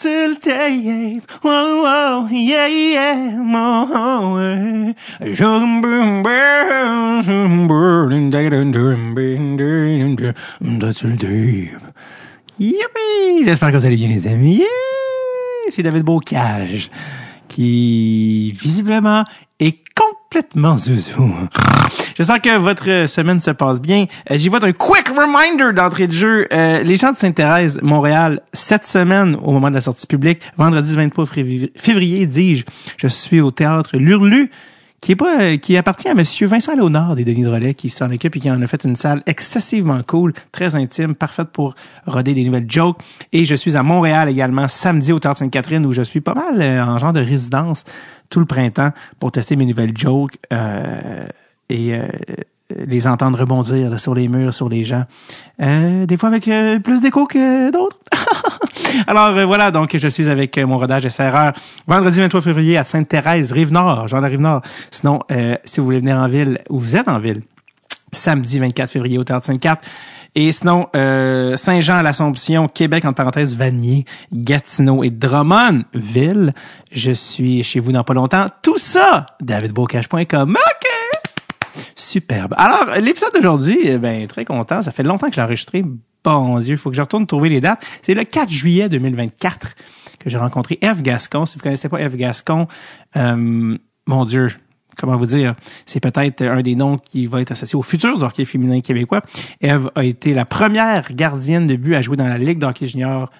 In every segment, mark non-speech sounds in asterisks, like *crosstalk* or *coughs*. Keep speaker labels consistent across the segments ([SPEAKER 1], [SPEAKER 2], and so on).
[SPEAKER 1] Dratsulteyev, wow, wow, yeah, yeah, moi, Jum, bum, bum, jum, bum, da, da, da, da, da, da, Dratsulteyev. Youpi! J'espère que vous allez bien, les amis. Yeah! C'est David Bocage qui, visiblement, est complètement zouzou. J'espère que votre semaine se passe bien. Euh, J'y vote un quick reminder d'entrée de jeu. Euh, les gens de Sainte-Thérèse, Montréal, cette semaine, au moment de la sortie publique, vendredi 23 février, février, dis-je, je suis au théâtre L'Urlu, qui est pas, euh, qui appartient à monsieur Vincent Léonard des Denis de Relais, qui s'en occupe et qui en a fait une salle excessivement cool, très intime, parfaite pour roder des nouvelles jokes. Et je suis à Montréal également, samedi au théâtre Sainte-Catherine, où je suis pas mal euh, en genre de résidence tout le printemps pour tester mes nouvelles jokes. Euh, et euh, les entendre rebondir là, sur les murs, sur les gens. Euh, des fois avec euh, plus d'écho que d'autres. *laughs* Alors euh, voilà, donc je suis avec euh, mon rodage SRR vendredi 23 février à Sainte-Thérèse, Rive-Nord, jean de Rive-Nord. Sinon, euh, si vous voulez venir en ville ou vous êtes en ville, samedi 24 février au Théâtre Sainte-Carte. Et sinon, euh, Saint-Jean à l'Assomption, Québec, entre parenthèses, Vanier, Gatineau et Drummondville. Je suis chez vous dans pas longtemps. Tout ça, davidbocage.com. OK! Superbe. Alors, l'épisode d'aujourd'hui, eh ben, très content. Ça fait longtemps que je l'ai enregistré. Bon Dieu, faut que je retourne trouver les dates. C'est le 4 juillet 2024 que j'ai rencontré Eve Gascon. Si vous connaissez pas Eve Gascon, euh, mon Dieu, comment vous dire, c'est peut-être un des noms qui va être associé au futur du hockey féminin québécois. Eve a été la première gardienne de but à jouer dans la Ligue de hockey junior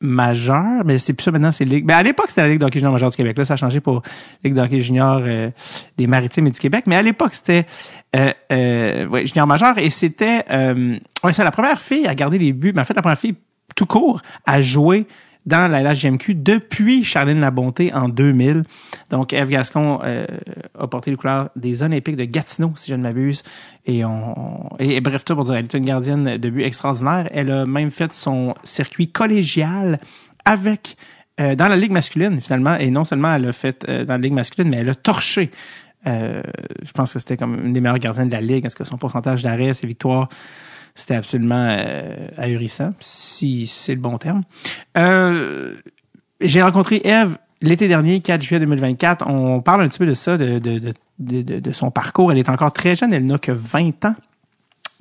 [SPEAKER 1] majeure, mais c'est plus ça maintenant, c'est Ligue. Ben à l'époque, c'était la Ligue de hockey junior majeure du Québec. Là, ça a changé pour Ligue de hockey junior euh, des Maritimes et du Québec. Mais à l'époque, c'était euh, euh, ouais, junior majeure et c'était euh, ouais, c'est la première fille à garder les buts, mais en fait, la première fille tout court à jouer dans la LHJMQ depuis Charline Labonté en 2000. Donc, Eve Gascon euh, a porté les couleurs des Olympiques de Gatineau, si je ne m'abuse. Et, on, et, et bref, tout pour dire, elle est une gardienne de but extraordinaire. Elle a même fait son circuit collégial avec euh, dans la ligue masculine finalement. Et non seulement elle a fait euh, dans la ligue masculine, mais elle a torché. Euh, je pense que c'était comme une des meilleures gardiennes de la ligue. Est-ce que son pourcentage d'arrêt, ses victoires, c'était absolument euh, ahurissant, si c'est le bon terme. Euh, j'ai rencontré Eve l'été dernier, 4 juillet 2024. On parle un petit peu de ça, de, de, de, de, de son parcours. Elle est encore très jeune, elle n'a que 20 ans.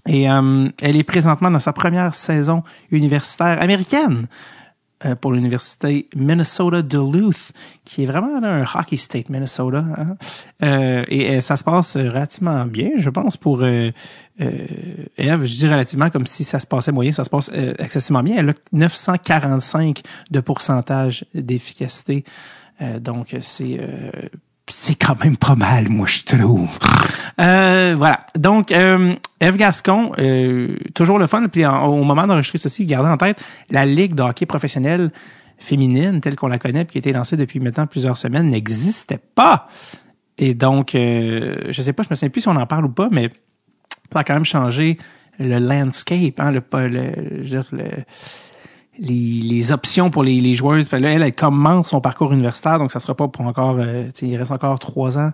[SPEAKER 1] Et euh, elle est présentement dans sa première saison universitaire américaine euh, pour l'université Minnesota Duluth, qui est vraiment là, un hockey state, Minnesota. hein. Euh, et, euh, ça se passe relativement bien, je pense, pour euh, euh, Eve. Je dis relativement comme si ça se passait moyen, ça se passe euh, excessivement bien. Elle a 945 de pourcentage d'efficacité. Euh, donc, c'est... euh, c'est quand même pas mal, moi, je trouve. Euh, voilà. Donc, euh, Eve Gascon, euh, toujours le fun. Puis en- au moment d'enregistrer ceci, gardez en tête la Ligue de hockey professionnelle féminine, telle qu'on la connaît, puis qui a été lancée depuis maintenant plusieurs semaines, n'existait pas. Et donc, euh, je sais pas, je me souviens plus si on en parle ou pas, mais ça a quand même changé le landscape, hein, le, pas- le, je veux dire, le- les, les options pour les, les joueuses. Fait que là, elle, elle commence son parcours universitaire, donc ça sera pas pour encore, euh, tu sais, il reste encore trois ans,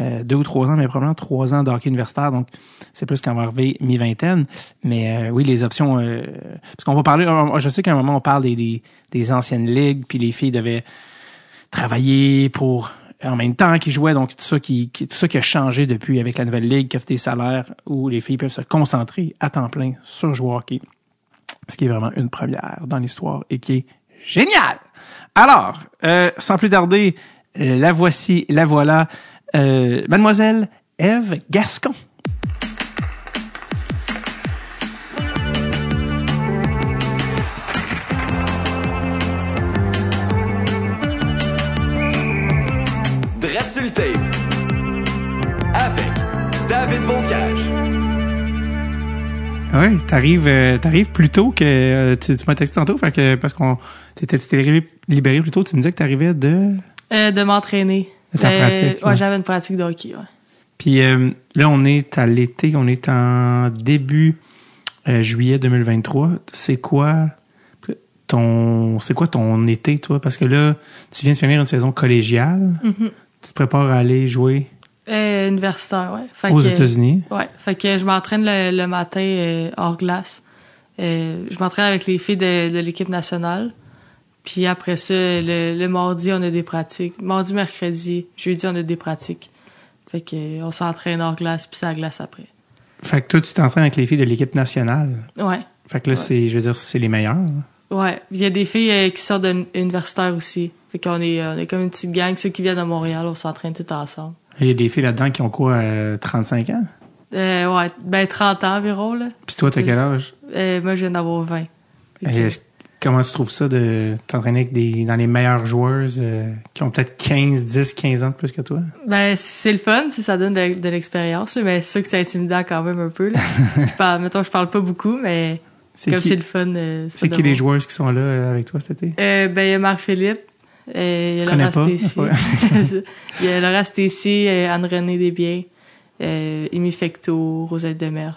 [SPEAKER 1] euh, deux ou trois ans, mais probablement trois ans de hockey universitaire, donc c'est plus qu'on va arriver mi-vingtaine. Mais euh, oui, les options, euh, parce qu'on va parler, euh, je sais qu'à un moment, on parle des, des, des anciennes ligues, puis les filles devaient travailler pour en même temps qu'ils jouaient, donc tout ça qui, qui- tout ça qui a changé depuis avec la nouvelle ligue qui offre des salaires où les filles peuvent se concentrer à temps plein sur jouer au hockey ce qui est vraiment une première dans l'histoire et qui est génial. Alors, euh, sans plus tarder, euh, la voici, la voilà, euh, mademoiselle Eve Gascon.
[SPEAKER 2] Drette sur le tape. Avec David Boncage.
[SPEAKER 1] Oui, t'arrives, euh, t'arrives plus tôt que euh, tu, tu m'as texté tantôt, fait que parce qu'on t'étais tu t'es libéré- libéré plus tôt, tu me disais que t'arrivais de.
[SPEAKER 3] Euh, de m'entraîner. Euh,
[SPEAKER 1] De ta pratique,
[SPEAKER 3] ouais,
[SPEAKER 1] ouais.
[SPEAKER 3] j'avais une pratique de hockey, ouais.
[SPEAKER 1] Puis euh, là, on est à l'été, on est en début euh, juillet 2023. C'est quoi ton c'est quoi ton été, toi? Parce que là, tu viens de finir une saison collégiale.
[SPEAKER 3] Mm-hmm.
[SPEAKER 1] Tu te prépares à aller jouer
[SPEAKER 3] Euh, universitaire, ouais. Fait
[SPEAKER 1] aux
[SPEAKER 3] que-
[SPEAKER 1] États-Unis.
[SPEAKER 3] Ouais. Fait que je m'entraîne le, le matin euh, hors glace. Euh, je m'entraîne avec les filles de, de l'équipe nationale. Puis après ça, le, le mardi, on a des pratiques. Mardi, mercredi, jeudi, on a des pratiques. Fait que euh, on s'entraîne hors glace, puis ça glace après.
[SPEAKER 1] Fait que toi, tu t'entraînes avec les filles de l'équipe nationale.
[SPEAKER 3] Ouais.
[SPEAKER 1] Fait que là,
[SPEAKER 3] Ouais.
[SPEAKER 1] c'est, je veux dire, c'est les meilleurs.
[SPEAKER 3] Ouais. Il y a des filles euh, qui sortent d'un universitaire aussi. Fait qu'on est, euh, on est comme une petite gang. Ceux qui viennent à Montréal, on s'entraîne tout ensemble.
[SPEAKER 1] Il y a des filles là-dedans qui ont quoi, euh, 35 ans?
[SPEAKER 3] Euh, ouais, ben 30 ans environ, là.
[SPEAKER 1] Puis toi, t'as
[SPEAKER 3] Oui.
[SPEAKER 1] quel âge?
[SPEAKER 3] Euh, moi, je viens d'avoir 20. Fait que-
[SPEAKER 1] Et est-ce- comment tu trouves ça de t'entraîner avec des, dans les meilleures joueuses euh, qui ont peut-être 15, 10, 15 ans de plus que toi?
[SPEAKER 3] Ben, c'est le fun, si ça donne de, de l'expérience, là, mais c'est sûr que c'est intimidant quand même un
[SPEAKER 1] *laughs*
[SPEAKER 3] peu. Là. je parle, mettons, je parle pas beaucoup, mais
[SPEAKER 1] C'est
[SPEAKER 3] comme
[SPEAKER 1] qui,
[SPEAKER 3] c'est le fun. euh,
[SPEAKER 1] c'est
[SPEAKER 3] pas
[SPEAKER 1] qui
[SPEAKER 3] de
[SPEAKER 1] les
[SPEAKER 3] voir.
[SPEAKER 1] joueuses qui sont là euh, avec toi cet été?
[SPEAKER 3] Euh, ben, il y a Marc-Philippe, euh, il y a
[SPEAKER 1] Connais
[SPEAKER 3] Laura
[SPEAKER 1] pas,
[SPEAKER 3] Stacy. *laughs* il y a Laura Stacy, euh, Anne-Renée Desbiens, euh, Amy Fecto, Rosette Demers.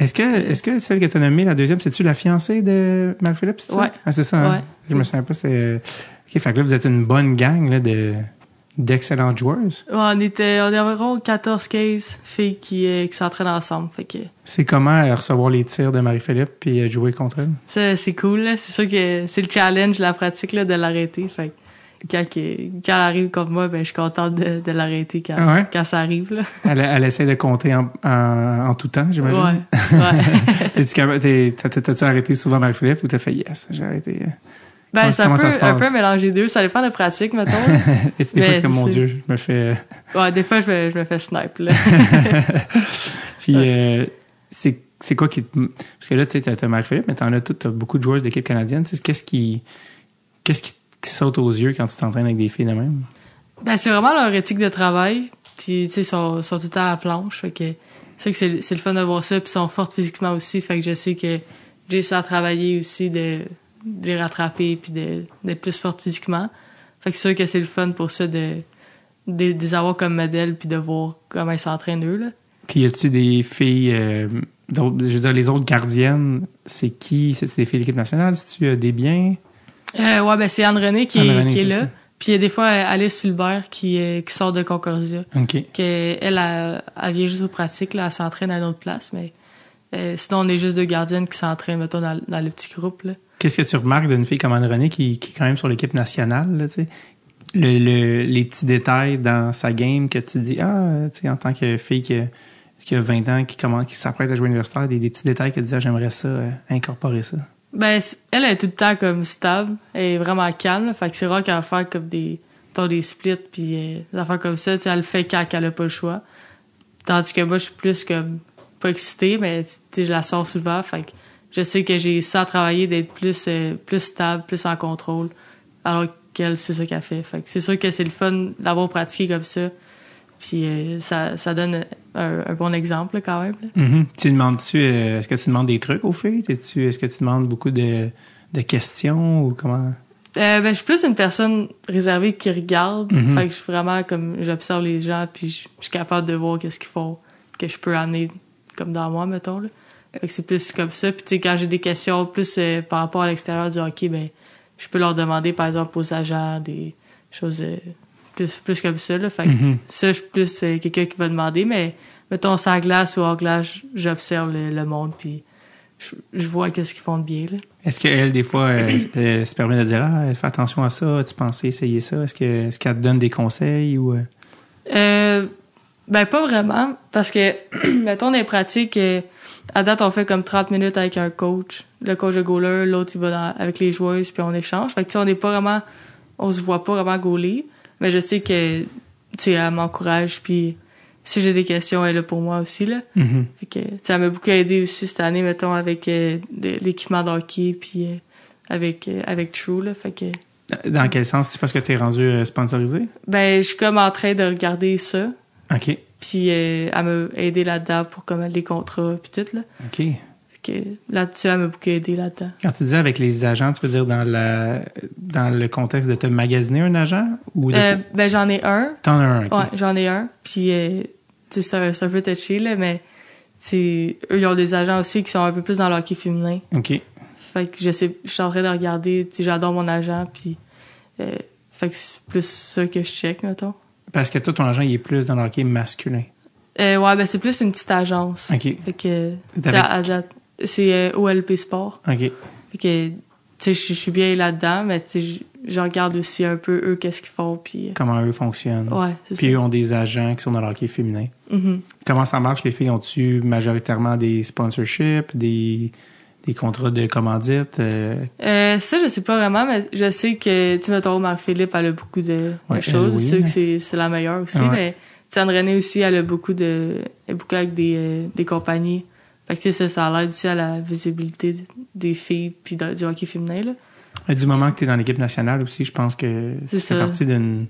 [SPEAKER 1] Est-ce que, est-ce que celle que t'as nommée, la deuxième, c'est-tu la fiancée de Marc-Philippe? c'est ça?
[SPEAKER 3] Ouais.
[SPEAKER 1] Ah, c'est ça. hein?
[SPEAKER 3] Ouais.
[SPEAKER 1] Je me souviens pas. C'est... euh, OK, fait que là, vous êtes une bonne gang là, de, d'excellentes joueuses.
[SPEAKER 3] Ouais, on était, on est environ 14-15 filles qui, euh, qui s'entraînent ensemble, fait que
[SPEAKER 1] C'est comment euh, recevoir les tirs de Marie-Philippe puis euh, jouer contre elle?
[SPEAKER 3] Ça, c'est cool, là. C'est sûr que c'est le challenge, la pratique, là, de l'arrêter. Fait que quand, que- quand elle arrive comme moi, ben, je suis contente de, de l'arrêter quand,
[SPEAKER 1] Ah ouais?
[SPEAKER 3] quand ça arrive, là.
[SPEAKER 1] Elle, elle essaie de compter en, en- en tout temps, j'imagine.
[SPEAKER 3] Ouais. ouais.
[SPEAKER 1] *laughs* T'es-tu capable- t'es- t'as- t'as- T'as-tu arrêté souvent Marie-Philippe ou t'as fait yes, j'ai arrêté? euh.
[SPEAKER 3] ben,
[SPEAKER 1] Comment-
[SPEAKER 3] ça
[SPEAKER 1] comment ça
[SPEAKER 3] peut
[SPEAKER 1] se
[SPEAKER 3] un
[SPEAKER 1] passe?
[SPEAKER 3] peu mélanger deux. Ça dépend de la
[SPEAKER 1] *laughs*
[SPEAKER 3] pratique, mettons.
[SPEAKER 1] Et des fois,
[SPEAKER 3] Ben,
[SPEAKER 1] c'est comme
[SPEAKER 3] c'est
[SPEAKER 1] mon
[SPEAKER 3] sûr.
[SPEAKER 1] Dieu, je me fais. euh,
[SPEAKER 3] ouais, des fois, je me, je me fais snipe, là.
[SPEAKER 1] Puis, euh, c'est c'est quoi qui te. Parce que là, tu as Marie-Philippe, mais t'en as, tout- t'as beaucoup de joueuses d'équipe canadienne. Tu sais, Qu'est-ce qui. Qu'est-ce qui, qui saute aux yeux quand tu t'entraînes avec des filles de même?
[SPEAKER 3] Ben, c'est vraiment leur éthique de travail. Puis, tu sais, ils sont, sont tout le temps à la planche. Fait que c'est sûr que c'est, c'est le fun de voir ça. Puis, ils sont fortes physiquement aussi. Fait que je sais que j'ai ça à travailler aussi de, de les rattraper puis de, d'être plus forte physiquement. Fait que c'est sûr que c'est le fun pour ça de, de, de les avoir comme modèle puis de voir comment ils s'entraînent eux, là.
[SPEAKER 1] Puis, y a-tu des filles. euh, d'autres- je veux dire, les autres gardiennes, c'est qui? C'est-tu des filles de l'équipe nationale? C'est-tu euh, des biens?
[SPEAKER 3] Euh, ouais, ben, c'est Anne-Renée qui, est-
[SPEAKER 1] Anne-Renée,
[SPEAKER 3] qui est
[SPEAKER 1] c'est
[SPEAKER 3] là.
[SPEAKER 1] ça.
[SPEAKER 3] Puis, il y a des fois euh, Alice Fulbert qui, euh, qui sort de Concordia.
[SPEAKER 1] OK.
[SPEAKER 3] qu'elle, elle, elle, elle vient juste aux pratiques, là, elle s'entraîne à une autre place, mais euh, sinon, on est juste deux gardiennes qui s'entraînent, mettons, dans, dans le petit groupe, là.
[SPEAKER 1] Qu'est-ce que tu remarques d'une fille comme Anne-Renée qui, qui est quand même sur l'équipe nationale, là, tu sais? Le- le- les petits détails dans sa game que tu dis, ah, euh, tu sais, en tant que fille qui, a- qui a 20 ans, qui commence, qui s'apprête à jouer universitaire, des, des petits détails que tu dis, ah, j'aimerais ça, euh, incorporer ça.
[SPEAKER 3] Ben, c- elle elle est tout le temps comme stable, elle est vraiment calme, là, fait que c'est rare qu'elle va faire comme des, mettons, des splits, puis euh, des affaires comme ça, tu sais, elle le fait quand elle a pas le choix. Tandis que moi, je suis plus comme, pas excitée, mais tu sais, je la sors souvent, fait que je sais que j'ai ça à travailler d'être plus, euh, plus stable, plus en contrôle, alors qu'elle, c'est ça qu'elle fait. Fait que c'est sûr que c'est le fun d'avoir pratiqué comme ça, puis euh, ça, ça donne un, un bon exemple, là, quand même, là.
[SPEAKER 1] Tu demandes-tu, euh, est-ce que tu demandes des trucs aux filles? T'es-tu- Est-ce que tu demandes beaucoup de, de questions ou comment?
[SPEAKER 3] Euh, ben, je suis plus une personne réservée qui regarde.
[SPEAKER 1] Mhm.
[SPEAKER 3] Fait que je suis vraiment comme, j'observe les gens, puis je, je suis capable de voir qu'est-ce qu'ils font, que je peux amener comme dans moi, mettons, là. Fait que c'est plus comme ça. Puis, tu sais, quand j'ai des questions plus euh, par rapport à l'extérieur du hockey, ben, je peux leur demander, par exemple, aux agents, des choses euh, plus, plus comme ça, là. Fait que
[SPEAKER 1] Mhm.
[SPEAKER 3] ça, je suis plus euh, quelqu'un qui va demander, mais mettons, sans glace ou hors glace, j- j'observe le, le monde, puis je, je vois qu'est-ce qu'ils font de bien, là.
[SPEAKER 1] Est-ce qu'elle, des fois, euh, euh, se permet de dire, ah, fais attention à ça, tu pensais essayer ça? Est-ce que- est-ce qu'elle te donne des conseils ou. euh?
[SPEAKER 3] Euh, ben pas vraiment parce que *clears throat* mettons des pratiques euh, à date on fait comme 30 minutes avec un coach, le coach de goaler, l'autre il va dans- avec les joueuses puis on échange. Fait que tu sais, on n'est pas vraiment on se voit pas vraiment gauler, mais je sais que tu sais elle m'encourage puis si j'ai des questions elle est là pour moi aussi là.
[SPEAKER 1] Mhm.
[SPEAKER 3] Fait que tu sais elle m'a beaucoup aidé aussi cette année mettons avec euh, de- l'équipement d'hockey puis euh, avec euh, avec True là, fait que
[SPEAKER 1] Dans quel sens? Tu penses que tu es rendu euh, sponsorisé?
[SPEAKER 3] ben je suis comme en train de regarder ça.
[SPEAKER 1] OK.
[SPEAKER 3] Puis euh, elle m'a aidé là-dedans pour comme les contrats puis tout là.
[SPEAKER 1] OK.
[SPEAKER 3] Fait que là-dessus elle m'a beaucoup aidé là-dedans.
[SPEAKER 1] Quand tu dis avec les agents, tu veux dire dans la dans le contexte de te magasiner un agent ou de
[SPEAKER 3] Euh, ben j'en ai un.
[SPEAKER 1] t'en as un. ok.
[SPEAKER 3] Ouais, j'en ai un. Puis euh, tu sais, c'est un- c'est un peu touché là, mais c'est eux ils ont des agents aussi qui sont un peu plus dans le hockey féminin.
[SPEAKER 1] OK.
[SPEAKER 3] Fait que je sais je suis en train de regarder, tu sais j'adore mon agent puis euh, fait que c'est plus ça que je check mettons.
[SPEAKER 1] Parce que toi, ton agent, il est plus dans le hockey masculin.
[SPEAKER 3] Euh, ouais, ben c'est plus une petite agence.
[SPEAKER 1] OK.
[SPEAKER 3] Fait que
[SPEAKER 1] T'es
[SPEAKER 3] tu sais,
[SPEAKER 1] avec-
[SPEAKER 3] à date, c'est euh, OLP Sport.
[SPEAKER 1] OK.
[SPEAKER 3] Fait que tu sais, je je suis bien là-dedans, mais tu sais, je- je regarde aussi un peu eux, qu'est-ce qu'ils font, puis... euh,
[SPEAKER 1] Comment eux fonctionnent.
[SPEAKER 3] Ouais, c'est ça.
[SPEAKER 1] Puis euh, eux ont des agents qui sont dans le hockey féminin.
[SPEAKER 3] Mhm.
[SPEAKER 1] Comment ça marche? Les filles ont-tu majoritairement des sponsorships, des, des contrats de commandite? euh,
[SPEAKER 3] Euh, ça, je sais pas vraiment, mais je sais que, tu sais, mettons, Marc-Philippe, elle a beaucoup de, de
[SPEAKER 1] Ouais,
[SPEAKER 3] choses.
[SPEAKER 1] elle, oui,
[SPEAKER 3] c'est sûr
[SPEAKER 1] mais-
[SPEAKER 3] que c'est, c'est la meilleure aussi,
[SPEAKER 1] Ouais.
[SPEAKER 3] mais, tu sais, Anne-Renée aussi, elle a beaucoup de, elle est beaucoup avec des, euh, des compagnies. Fait que, tu sais, ça, ça aide aussi à la visibilité des filles puis de- du hockey féminin, là.
[SPEAKER 1] du moment que tu es dans l'équipe nationale aussi, je pense que
[SPEAKER 3] C'est
[SPEAKER 1] c'est
[SPEAKER 3] ça.
[SPEAKER 1] partie d'une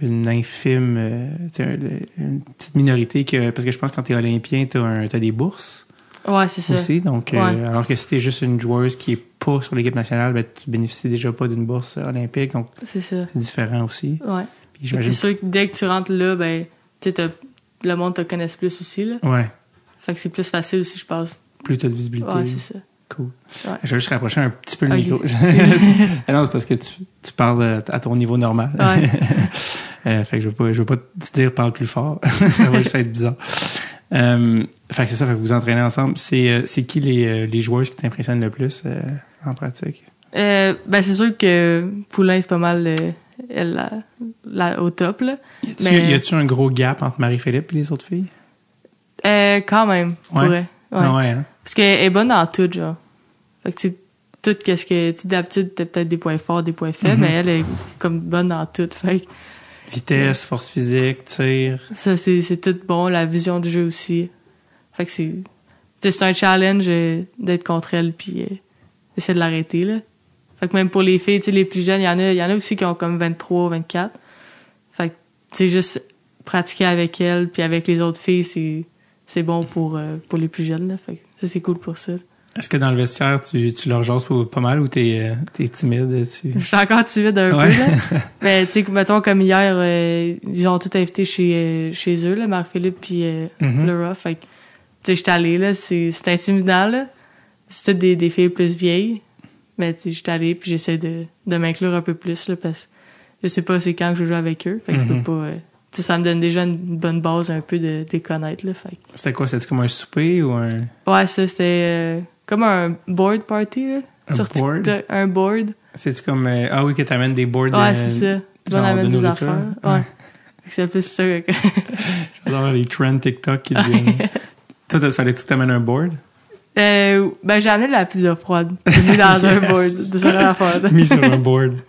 [SPEAKER 1] une infime, euh, tu sais, une, une petite minorité. que Parce que je pense que quand tu es olympien, tu as, des bourses
[SPEAKER 3] Ouais, c'est ça.
[SPEAKER 1] aussi. Donc, euh,
[SPEAKER 3] Ouais.
[SPEAKER 1] alors que si tu es juste une joueuse qui est pas sur l'équipe nationale, ben, tu bénéficies déjà pas d'une bourse olympique. Donc,
[SPEAKER 3] C'est ça.
[SPEAKER 1] c'est différent aussi.
[SPEAKER 3] Ouais.
[SPEAKER 1] Puis
[SPEAKER 3] Fait que C'est
[SPEAKER 1] j'imagine-
[SPEAKER 3] sûr que dès que tu rentres là, ben, tu sais, t'as- le monde te connaisse plus aussi, là.
[SPEAKER 1] Ouais,
[SPEAKER 3] Fait que c'est plus facile aussi, je pense.
[SPEAKER 1] plus tu de visibilité.
[SPEAKER 3] Ouais, c'est ça.
[SPEAKER 1] Cool.
[SPEAKER 3] Ouais.
[SPEAKER 1] Je vais juste rapprocher un petit peu le
[SPEAKER 3] Ok.
[SPEAKER 1] micro.
[SPEAKER 3] *laughs*
[SPEAKER 1] *laughs* Ah non, c'est parce que tu, tu parles euh, à ton niveau normal.
[SPEAKER 3] Ouais.
[SPEAKER 1] *laughs* Euh, fait que je veux pas, je veux pas te dire parle plus fort. *laughs* ça va juste être bizarre. Euh, fait que c'est ça, fait que vous vous entraînez ensemble. C'est, euh, c'est qui les, euh, les joueurs qui t'impressionnent le plus euh, en pratique?
[SPEAKER 3] Euh, ben, c'est sûr que Poulain, c'est pas mal euh, elle, la, la- au top, là.
[SPEAKER 1] Tu-
[SPEAKER 3] Mais-
[SPEAKER 1] Y a-tu un gros gap entre Marie-Philippe et les autres filles?
[SPEAKER 3] Euh, quand même, pour
[SPEAKER 1] Ouais.
[SPEAKER 3] vrai. Ouais.
[SPEAKER 1] Ah ouais, hein?
[SPEAKER 3] Parce qu'elle est bonne dans tout, genre. Fait que, tu sais, tout, qu'est-ce que, tu sais, d'habitude, t'as peut-être des points forts, des points faibles,
[SPEAKER 1] Mhm.
[SPEAKER 3] mais elle est comme bonne dans tout. Fait que
[SPEAKER 1] Vitesse, force physique, tir.
[SPEAKER 3] ça, c'est, c'est tout bon, la vision du jeu aussi. Fait que c'est, tu sais, c'est un challenge euh, d'être contre elle, puis euh, d'essayer de l'arrêter, là. Fait que même pour les filles, tu sais, les plus jeunes, il y en a, il y en a aussi qui ont comme 23, 24. Fait que, tu sais, juste pratiquer avec elle, puis avec les autres filles, c'est, c'est bon pour, euh, pour les plus jeunes, là. Fait que ça, c'est cool pour ça.
[SPEAKER 1] Est-ce que dans le vestiaire, tu, tu leur jases pas, pas mal ou t'es, euh, t'es timide? Tu...
[SPEAKER 3] Je suis encore timide un
[SPEAKER 1] Ouais.
[SPEAKER 3] peu, là.
[SPEAKER 1] *laughs*
[SPEAKER 3] Mais, tu sais, mettons, comme hier, euh, ils ont tout invité chez, euh, chez eux, là, Marc-Philippe puis euh,
[SPEAKER 1] Mhm.
[SPEAKER 3] Laura. Fait que, tu sais, j'étais allée, là, c'est c'est intimidant, là. C'est toutes des, des filles plus vieilles. Mais, tu sais, j'étais allée, puis j'essaie de, de m'inclure un peu plus, là, parce que je sais pas c'est quand que je joue avec eux. Fait que je
[SPEAKER 1] Mhm.
[SPEAKER 3] peux pas... euh, tu sais, ça me donne déjà une bonne base un peu de, de les connaître, là. Fait que-
[SPEAKER 1] C'était quoi? C'était comme un souper ou un.
[SPEAKER 3] ouais, ça, c'était euh, comme un board party, là.
[SPEAKER 1] Un board?
[SPEAKER 3] TikTok, un board.
[SPEAKER 1] C'est-tu comme. euh, ah oui, que t'amènes des boards
[SPEAKER 3] Ouais,
[SPEAKER 1] de-
[SPEAKER 3] c'est ça. Tu
[SPEAKER 1] genre
[SPEAKER 3] vas
[SPEAKER 1] de
[SPEAKER 3] amènes des
[SPEAKER 1] nourriture.
[SPEAKER 3] affaires.
[SPEAKER 1] Ouais.
[SPEAKER 3] Ouais. Fait que C'est plus ça. que-
[SPEAKER 1] J'adore les trends TikTok qui deviennent. Toi, t'as- fallait que tu t'amènes un board
[SPEAKER 3] Euh, ben, j'ai amené de la pizza froide. J'ai mis dans
[SPEAKER 1] *laughs*
[SPEAKER 3] un
[SPEAKER 1] Yes.
[SPEAKER 3] board. de sur la froide.
[SPEAKER 1] mis sur un board.
[SPEAKER 3] *laughs*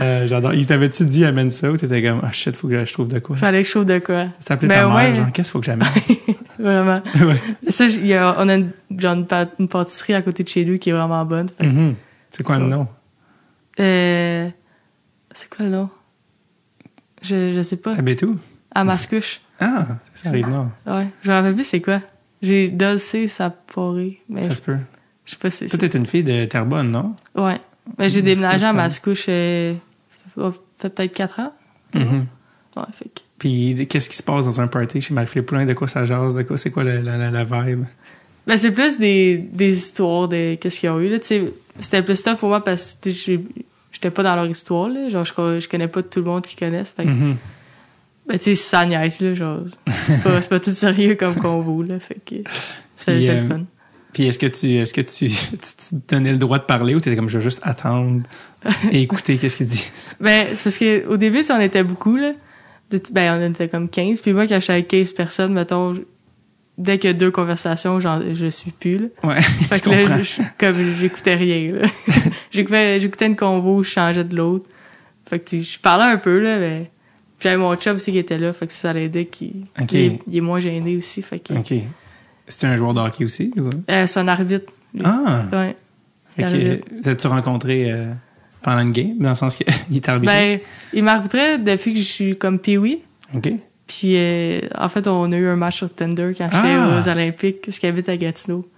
[SPEAKER 1] Euh, J'adore. Ils t'avaient-tu dit amène ça ou t'étais comme ah shit, faut que je trouve de quoi
[SPEAKER 3] Fallait que je trouve de quoi.
[SPEAKER 1] T'appelais
[SPEAKER 3] Ben
[SPEAKER 1] ta mère,
[SPEAKER 3] ouais.
[SPEAKER 1] genre qu'est-ce qu'il faut que
[SPEAKER 3] *laughs*
[SPEAKER 1] j'amène
[SPEAKER 3] Vraiment.
[SPEAKER 1] Ouais.
[SPEAKER 3] Ça, j- il y a- on a une, genre une, pâ- une pâtisserie à côté de chez lui qui est vraiment bonne.
[SPEAKER 1] Mhm. C'est quoi le
[SPEAKER 3] Ça.
[SPEAKER 1] nom
[SPEAKER 3] Euh, c'est quoi le nom? Je, je sais pas.
[SPEAKER 1] Ah, ben tout.
[SPEAKER 3] À Mascouche.
[SPEAKER 1] Ah, ça arrive non.
[SPEAKER 3] Ouais. Je me rappelle plus c'est quoi. J'ai Dolce Saporé. Mais
[SPEAKER 1] Ça se peut.
[SPEAKER 3] je sais pas si
[SPEAKER 1] Toi,
[SPEAKER 3] c'est.
[SPEAKER 1] t'es une fille de Terrebonne, non
[SPEAKER 3] Ouais. Mais
[SPEAKER 1] Mascouche,
[SPEAKER 3] j'ai déménagé à
[SPEAKER 1] t'as-
[SPEAKER 3] Mascouche euh, fait, fait peut-être 4 ans.
[SPEAKER 1] Mhm.
[SPEAKER 3] Ouais, fait que-
[SPEAKER 1] Puis qu'est-ce qui se passe dans un party chez Marie-Philippe Poulin De quoi ça jase De quoi c'est quoi la, la, la, la vibe
[SPEAKER 3] Ben, c'est plus des, des histoires de qu'est-ce qu'ils ont eu, là, tu sais. C'était plus tough pour moi parce que tu sais, j'ai- j'étais pas dans leur histoire, là. Genre, je, co- je connais pas tout le monde qu'ils connaissent. Fait que,
[SPEAKER 1] Mhm.
[SPEAKER 3] ben, tu sais, ça niaise, là, genre. C'est pas, c'est pas tout sérieux comme convo, là. Fait que, c'est
[SPEAKER 1] Puis,
[SPEAKER 3] c'est
[SPEAKER 1] euh,
[SPEAKER 3] le fun.
[SPEAKER 1] Puis est-ce que tu est-ce que tu, *laughs* tu, tu te donnais le droit de parler ou t'étais comme je veux juste
[SPEAKER 3] *laughs*
[SPEAKER 1] attendre et écouter qu'est-ce qu'ils disent
[SPEAKER 3] Ben, c'est parce que au début, tu sais, on était beaucoup, là. De- Ben, on était comme 15. Puis moi, quand j'étais avec 15 personnes, mettons, je- dès que deux conversations, genre, je suis plus, là.
[SPEAKER 1] Ouais, *laughs*
[SPEAKER 3] Fait
[SPEAKER 1] tu
[SPEAKER 3] que là,
[SPEAKER 1] comprends.
[SPEAKER 3] je- je- comme j'écoutais rien. là. *laughs* j'écoutais, j'écoutais une convo, je changeais de l'autre. Fait que tu sais, je parlais un peu, là, mais puis j'avais mon chum aussi qui était là, fait que ça l'aidait qu'il
[SPEAKER 1] Ok.
[SPEAKER 3] il est- il est moins gêné aussi. Fait que
[SPEAKER 1] OK. C'est un joueur de hockey aussi ou
[SPEAKER 3] Euh, c'est un arbitre. lui.
[SPEAKER 1] Ah,
[SPEAKER 3] Ouais.
[SPEAKER 1] fait
[SPEAKER 3] Arbitre.
[SPEAKER 1] que as-tu rencontré euh, pendant une game dans le sens *laughs* qu'il est arbitre
[SPEAKER 3] Ben, il m'arbitrait depuis que je suis comme Pee-wee.
[SPEAKER 1] OK.
[SPEAKER 3] Puis euh, en fait, on a eu un match sur Tinder quand j'étais
[SPEAKER 1] Ah.
[SPEAKER 3] aux Olympiques, parce qu'il habite à Gatineau.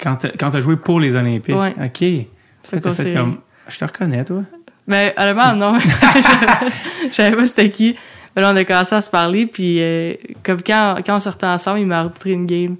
[SPEAKER 1] Quand t'as, quand t'as joué pour les Olympiques.
[SPEAKER 3] Ouais.
[SPEAKER 1] OK. Fait que t'as
[SPEAKER 3] qu'on
[SPEAKER 1] fait
[SPEAKER 3] s'est-
[SPEAKER 1] comme je te reconnais toi.
[SPEAKER 3] Mais Ben, honnêtement, non. *laughs* Je savais pas c'était qui. Mais là, on a commencé à se parler, puis euh, comme quand, quand on sortait ensemble, il m'a arbitré une game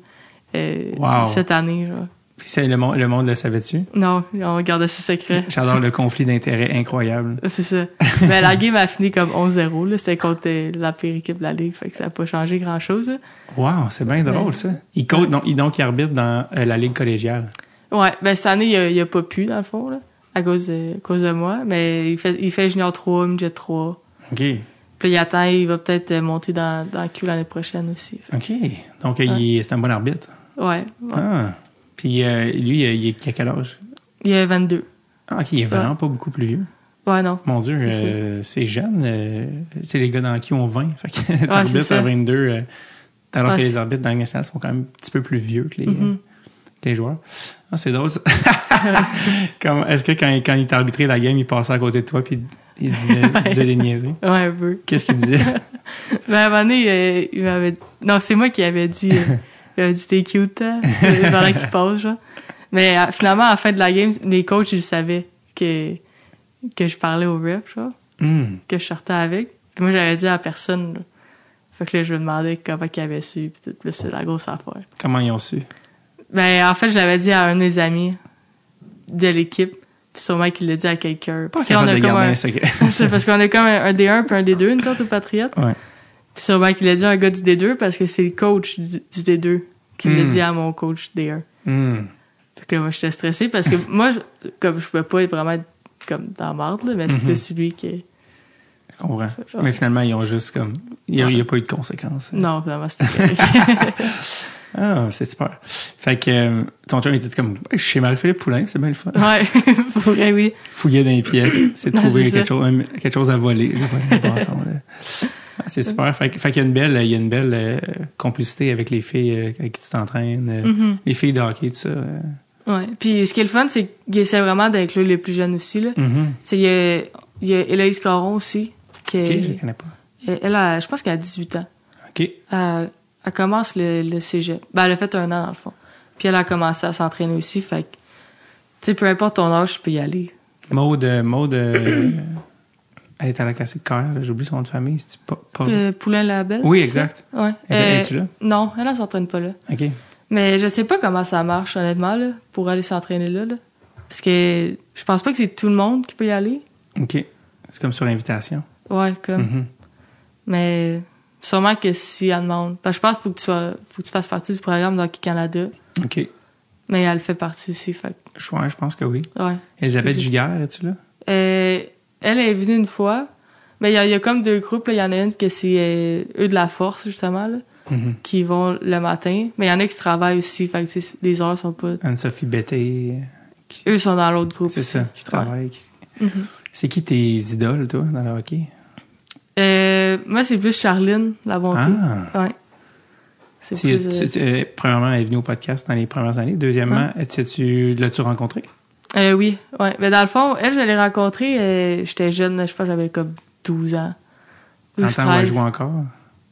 [SPEAKER 3] euh,
[SPEAKER 1] Wow.
[SPEAKER 3] cette année. Genre.
[SPEAKER 1] Puis c'est le monde le monde le savait-tu
[SPEAKER 3] Non, on gardait ça secret. *laughs*
[SPEAKER 1] J'adore le conflit d'intérêts incroyable.
[SPEAKER 3] C'est ça. Mais la game a fini comme 11-0. là. C'était contre euh, la pire équipe de la Ligue, fait que ça a pas changé grand-chose. là.
[SPEAKER 1] Wow, c'est bien drôle
[SPEAKER 3] Ouais.
[SPEAKER 1] ça. Il coach donc, il donc il arbitre dans euh, la ligue collégiale.
[SPEAKER 3] Ouais, ben cette année, il a, il a pas pu, dans le fond. Là. à cause de, à cause de moi. Mais il fait, il fait Junior 3, Midget 3.
[SPEAKER 1] OK.
[SPEAKER 3] Puis là, il attend, il va peut-être euh, monter dans, dans Q l'année prochaine aussi. Fait
[SPEAKER 1] OK. Donc, euh, il est- c'est un bon arbitre.
[SPEAKER 3] que- Ouais, ouais.
[SPEAKER 1] Ah. Puis, euh, lui, il a- il a il a quel âge?
[SPEAKER 3] Il a 22.
[SPEAKER 1] Ah, OK, il est vraiment pas beaucoup plus vieux.
[SPEAKER 3] Ouais, non.
[SPEAKER 1] Mon Dieu,
[SPEAKER 3] C'est
[SPEAKER 1] euh, c'est jeune. euh, c'est les gars dans qui ont 20. Fait que *laughs*
[SPEAKER 3] c'est
[SPEAKER 1] t'arbitres
[SPEAKER 3] ça.
[SPEAKER 1] à 22, euh, alors
[SPEAKER 3] Ouais, Mm-hmm.
[SPEAKER 1] que les
[SPEAKER 3] c'est-
[SPEAKER 1] arbitres dans la Ligue nationale sont quand même un petit peu plus vieux que les, que les joueurs. Ah, c'est drôle. ça. *laughs* Comme- Est-ce que quand, il- quand il t'arbitrait la game, il passait à côté de toi puis il disait, il disait des niaiseries?
[SPEAKER 3] *laughs* Ouais, un peu.
[SPEAKER 1] Qu'est-ce qu'il
[SPEAKER 3] *laughs*
[SPEAKER 1] disait?
[SPEAKER 3] Mais à un moment donné, euh, il m'avait. Non, c'est moi qui avais dit. *laughs* euh, il m'avait dit, t'es cute, hein, euh, pendant qu'il passe, genre. Mais euh, finalement, à la fin de la game, les coachs, ils le savaient que, que je parlais au rep, genre,
[SPEAKER 1] Hmm.
[SPEAKER 3] que je sortais avec. Puis moi, j'avais dit à personne. là. Fait que là, je me demandais comment qu'il avait su, puis tout. Puis là, c'est la grosse affaire.
[SPEAKER 1] Comment ils ont su?
[SPEAKER 3] Ben, en fait, je l'avais dit à un de mes amis de l'équipe, puis sûrement qu'il l'a dit à quelqu'un.
[SPEAKER 1] Pas
[SPEAKER 3] Parce qu'on
[SPEAKER 1] capable
[SPEAKER 3] a
[SPEAKER 1] de
[SPEAKER 3] comme
[SPEAKER 1] garder un...
[SPEAKER 3] un-
[SPEAKER 1] secret.
[SPEAKER 3] *laughs* C'est parce qu'on a comme un, un D1 puis un D2, une sorte, aux Patriotes.
[SPEAKER 1] Ouais.
[SPEAKER 3] Puis sûrement qu'il a dit à un gars du D2 parce que c'est le coach du, du D2 qui l'a
[SPEAKER 1] Hmm.
[SPEAKER 3] dit à mon coach D1.
[SPEAKER 1] Hmm.
[SPEAKER 3] Fait que là, moi, j'étais stressée parce que moi, je- comme je pouvais pas être vraiment être comme dans la marde, là, mais c'est
[SPEAKER 1] Mhm.
[SPEAKER 3] plus lui qui...
[SPEAKER 1] Je comprends.
[SPEAKER 3] Ouais.
[SPEAKER 1] Mais finalement, ils ont juste comme. Il n'y a, il y a pas eu de conséquences.
[SPEAKER 3] Non, vraiment, c'était correct.
[SPEAKER 1] *laughs* Ah, c'est super. Fait que euh, ton chum était comme Hey, je suis chez Marie-Philippe Poulain, c'est bien le fun.
[SPEAKER 3] ouais, *laughs* pour vrai, oui.
[SPEAKER 1] Fouiller dans les pièces,
[SPEAKER 3] *coughs*
[SPEAKER 1] c'est
[SPEAKER 3] Non,
[SPEAKER 1] trouver
[SPEAKER 3] c'est ça.
[SPEAKER 1] quelque chose, un- quelque chose à voler. Je vois, bon, attends, là.
[SPEAKER 3] *laughs*
[SPEAKER 1] Ah, c'est super. Fait, que- fait qu'il y a une belle, il y a une belle euh, complicité avec les filles euh, avec qui tu t'entraînes, euh,
[SPEAKER 3] Mhm.
[SPEAKER 1] les filles de hockey, tout ça. euh.
[SPEAKER 3] Ouais. Puis ce qui est le fun, c'est qu'il essaie vraiment d'inclure les plus jeunes aussi. Là.
[SPEAKER 1] Mhm.
[SPEAKER 3] Tu sais, Il, y a, il y a Héloïse Caron aussi. Qui
[SPEAKER 1] Ok,
[SPEAKER 3] est-
[SPEAKER 1] je les connais pas.
[SPEAKER 3] elle, elle a, je pense qu'elle a 18 ans.
[SPEAKER 1] Ok.
[SPEAKER 3] elle, elle commence le, le cégep. Ben, elle a fait un an, dans le fond. Puis elle a commencé à s'entraîner aussi, fait que, tu sais, peu importe ton âge, tu peux y aller.
[SPEAKER 1] Maude, euh, Maude, euh, elle est à la classique carrière, j'oublie son nom de famille. C'est pas, pas-
[SPEAKER 3] Euh, Poulain Label.
[SPEAKER 1] Ah Oui, exact.
[SPEAKER 3] Ouais. Euh,
[SPEAKER 1] Elle- elle est-tu là?
[SPEAKER 3] Non, elle, elle s'entraîne pas là.
[SPEAKER 1] Ok.
[SPEAKER 3] Mais je sais pas comment ça marche, honnêtement, là, pour aller s'entraîner là, là. Parce que je pense pas que c'est tout le monde qui peut y aller.
[SPEAKER 1] Ok. C'est comme sur invitation.
[SPEAKER 3] Ouais, comme.
[SPEAKER 1] Mhm.
[SPEAKER 3] Mais sûrement que si elle demande. Parce que je pense qu'il faut que tu sois- faut que tu fasses partie du programme d'Hockey Canada.
[SPEAKER 1] Ok.
[SPEAKER 3] Mais elle fait partie aussi, fait que,
[SPEAKER 1] Je, ouais, je pense que oui.
[SPEAKER 3] ouais.
[SPEAKER 1] Elisabeth
[SPEAKER 3] Ok.
[SPEAKER 1] Giguère, es-tu là?
[SPEAKER 3] Euh, elle est venue une fois, mais il y, a- il y a comme deux groupes. là. Il y en a une que c'est euh, eux de la force, justement, là,
[SPEAKER 1] Mhm.
[SPEAKER 3] qui vont le matin. Mais il y en a qui travaillent aussi, fait que tu sais, les heures sont pas...
[SPEAKER 1] Anne-Sophie Betté.
[SPEAKER 3] Eux sont dans l'autre groupe.
[SPEAKER 1] C'est
[SPEAKER 3] aussi.
[SPEAKER 1] ça, qui
[SPEAKER 3] Ouais. Mm-hmm.
[SPEAKER 1] travaille. qui- C'est qui tes idoles, toi, dans le hockey?
[SPEAKER 3] Euh, moi, c'est plus Charline, la bonté.
[SPEAKER 1] Ah!
[SPEAKER 3] Ouais. C'est
[SPEAKER 1] Tu-
[SPEAKER 3] plus...
[SPEAKER 1] tu-
[SPEAKER 3] euh,
[SPEAKER 1] tu- euh, premièrement, elle est venue au podcast dans les premières années. Deuxièmement, tu- tu- l'as-tu rencontrée?
[SPEAKER 3] euh, oui, ouais. Mais dans le fond, elle, je l'ai rencontrée, euh, j'étais jeune, je pense que j'avais comme 12 ans.
[SPEAKER 1] En
[SPEAKER 3] 12,
[SPEAKER 1] temps où elle
[SPEAKER 3] 13.
[SPEAKER 1] joue encore?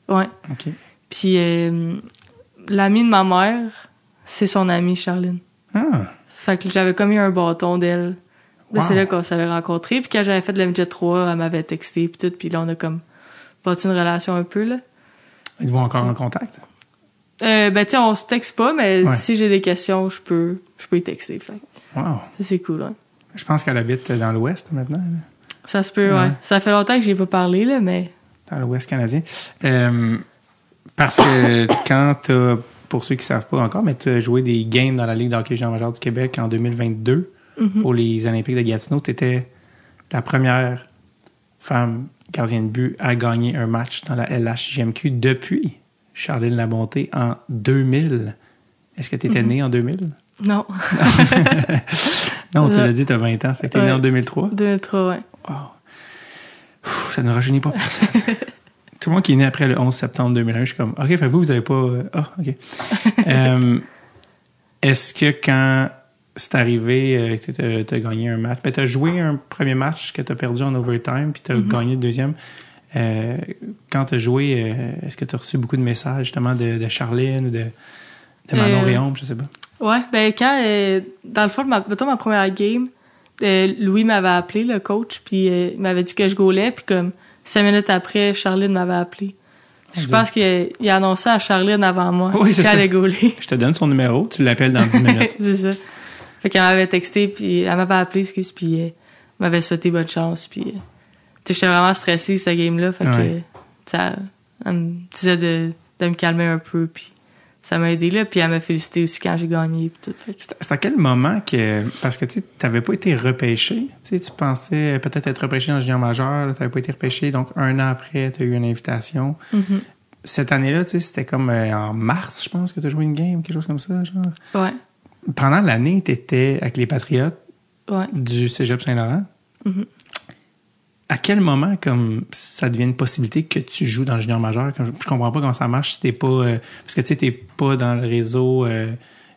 [SPEAKER 3] Ouais.
[SPEAKER 1] OK.
[SPEAKER 3] Puis euh, l'ami de ma mère, c'est son amie, Charline.
[SPEAKER 1] Ah!
[SPEAKER 3] Fait que j'avais comme eu un bâton d'elle.
[SPEAKER 1] Wow.
[SPEAKER 3] Là, c'est là qu'on s'avait rencontrés. Puis quand j'avais fait de la midget 3, elle m'avait texté puis tout. Puis là, on a comme bâti une relation un peu, là.
[SPEAKER 1] Êtes-vous encore en contact?
[SPEAKER 3] Euh, ben, tu sais, on se texte pas, mais
[SPEAKER 1] Ouais.
[SPEAKER 3] si j'ai des questions, je peux, je peux y texter. Fait que
[SPEAKER 1] Wow!
[SPEAKER 3] ça, c'est cool, hein.
[SPEAKER 1] Je pense qu'elle habite dans l'Ouest maintenant, là.
[SPEAKER 3] Ça se peut, ouais.
[SPEAKER 1] Ouais.
[SPEAKER 3] Ça fait longtemps que j'ai pas parlé, là, mais...
[SPEAKER 1] dans l'Ouest canadien. Euh, parce que quand t'as, pour ceux qui savent pas encore, mais tu as joué des games dans la Ligue de hockey junior majeur du Québec en 2022 pour les Olympiques de Gatineau, tu étais la première femme gardienne de but à gagner un match dans la LHJMQ depuis Charline Labonté en 2000. Est-ce que tu étais née en 2000?
[SPEAKER 3] Non. *laughs*
[SPEAKER 1] Non, tu
[SPEAKER 3] Non.
[SPEAKER 1] l'as dit, tu as 20 ans, fait que tu es née
[SPEAKER 3] Ouais.
[SPEAKER 1] en 2003.
[SPEAKER 3] 2003, ouais.
[SPEAKER 1] Wow. Ouf, ça ne rajeunit pas personne. Tout le monde qui est né après le 11 septembre 2001, je suis comme, OK, fait que vous, vous avez pas. euh, Ah, OK. Euh, Est-ce que quand c'est arrivé euh, que tu as, gagné un match, ben, tu as joué un premier match que tu as perdu en overtime, puis tu as gagné le deuxième. euh, quand tu as joué, euh, est-ce que tu as reçu beaucoup de messages justement de, de Charline ou de, de Manon
[SPEAKER 3] Euh,
[SPEAKER 1] Réaume, je sais pas.
[SPEAKER 3] Ouais, ben quand, euh, dans le fond, ma, mettons ma première game, euh, Louis m'avait appelé, le coach, puis euh, il m'avait dit que je gaulais, puis comme cinq minutes après, Charline m'avait appelé. Je
[SPEAKER 1] Dieu.
[SPEAKER 3] pense qu'il il a annoncé à Charline avant moi
[SPEAKER 1] Oui, c'est ça.
[SPEAKER 3] qu'elle allait gauler.
[SPEAKER 1] Je te donne son numéro, tu l'appelles dans 10
[SPEAKER 3] *laughs*
[SPEAKER 1] minutes.
[SPEAKER 3] c'est ça. Fait qu'elle m'avait texté, puis elle m'avait appelé, excuse, puis euh, elle m'avait souhaité bonne chance, puis euh, tu sais, j'étais vraiment stressée, cette game-là, fait que
[SPEAKER 1] Ouais.
[SPEAKER 3] ça, elle me disait de, de me calmer un peu, puis ça m'a aidé là. Puis elle m'a félicité aussi quand j'ai gagné. Puis tout. Fait que-
[SPEAKER 1] C'est c'est à quel moment que. Parce que tu n'avais pas été repêché. Tu sais, tu pensais peut-être être repêché dans le junior majeur, tu n'avais pas été repêché. Donc, un an après, tu as eu une invitation. Cette année-là, tu sais, c'était comme euh, en mars, je pense, que tu as joué une game, quelque chose comme ça. Genre.
[SPEAKER 3] Ouais,
[SPEAKER 1] Pendant l'année, tu étais avec les Patriotes
[SPEAKER 3] ouais.
[SPEAKER 1] du cégep Saint-Laurent. À quel moment comme ça devient une possibilité que tu joues dans le junior majeur Comme, Je je comprends pas comment ça marche si t'es pas euh, parce que tu sais t'es pas dans le réseau, euh,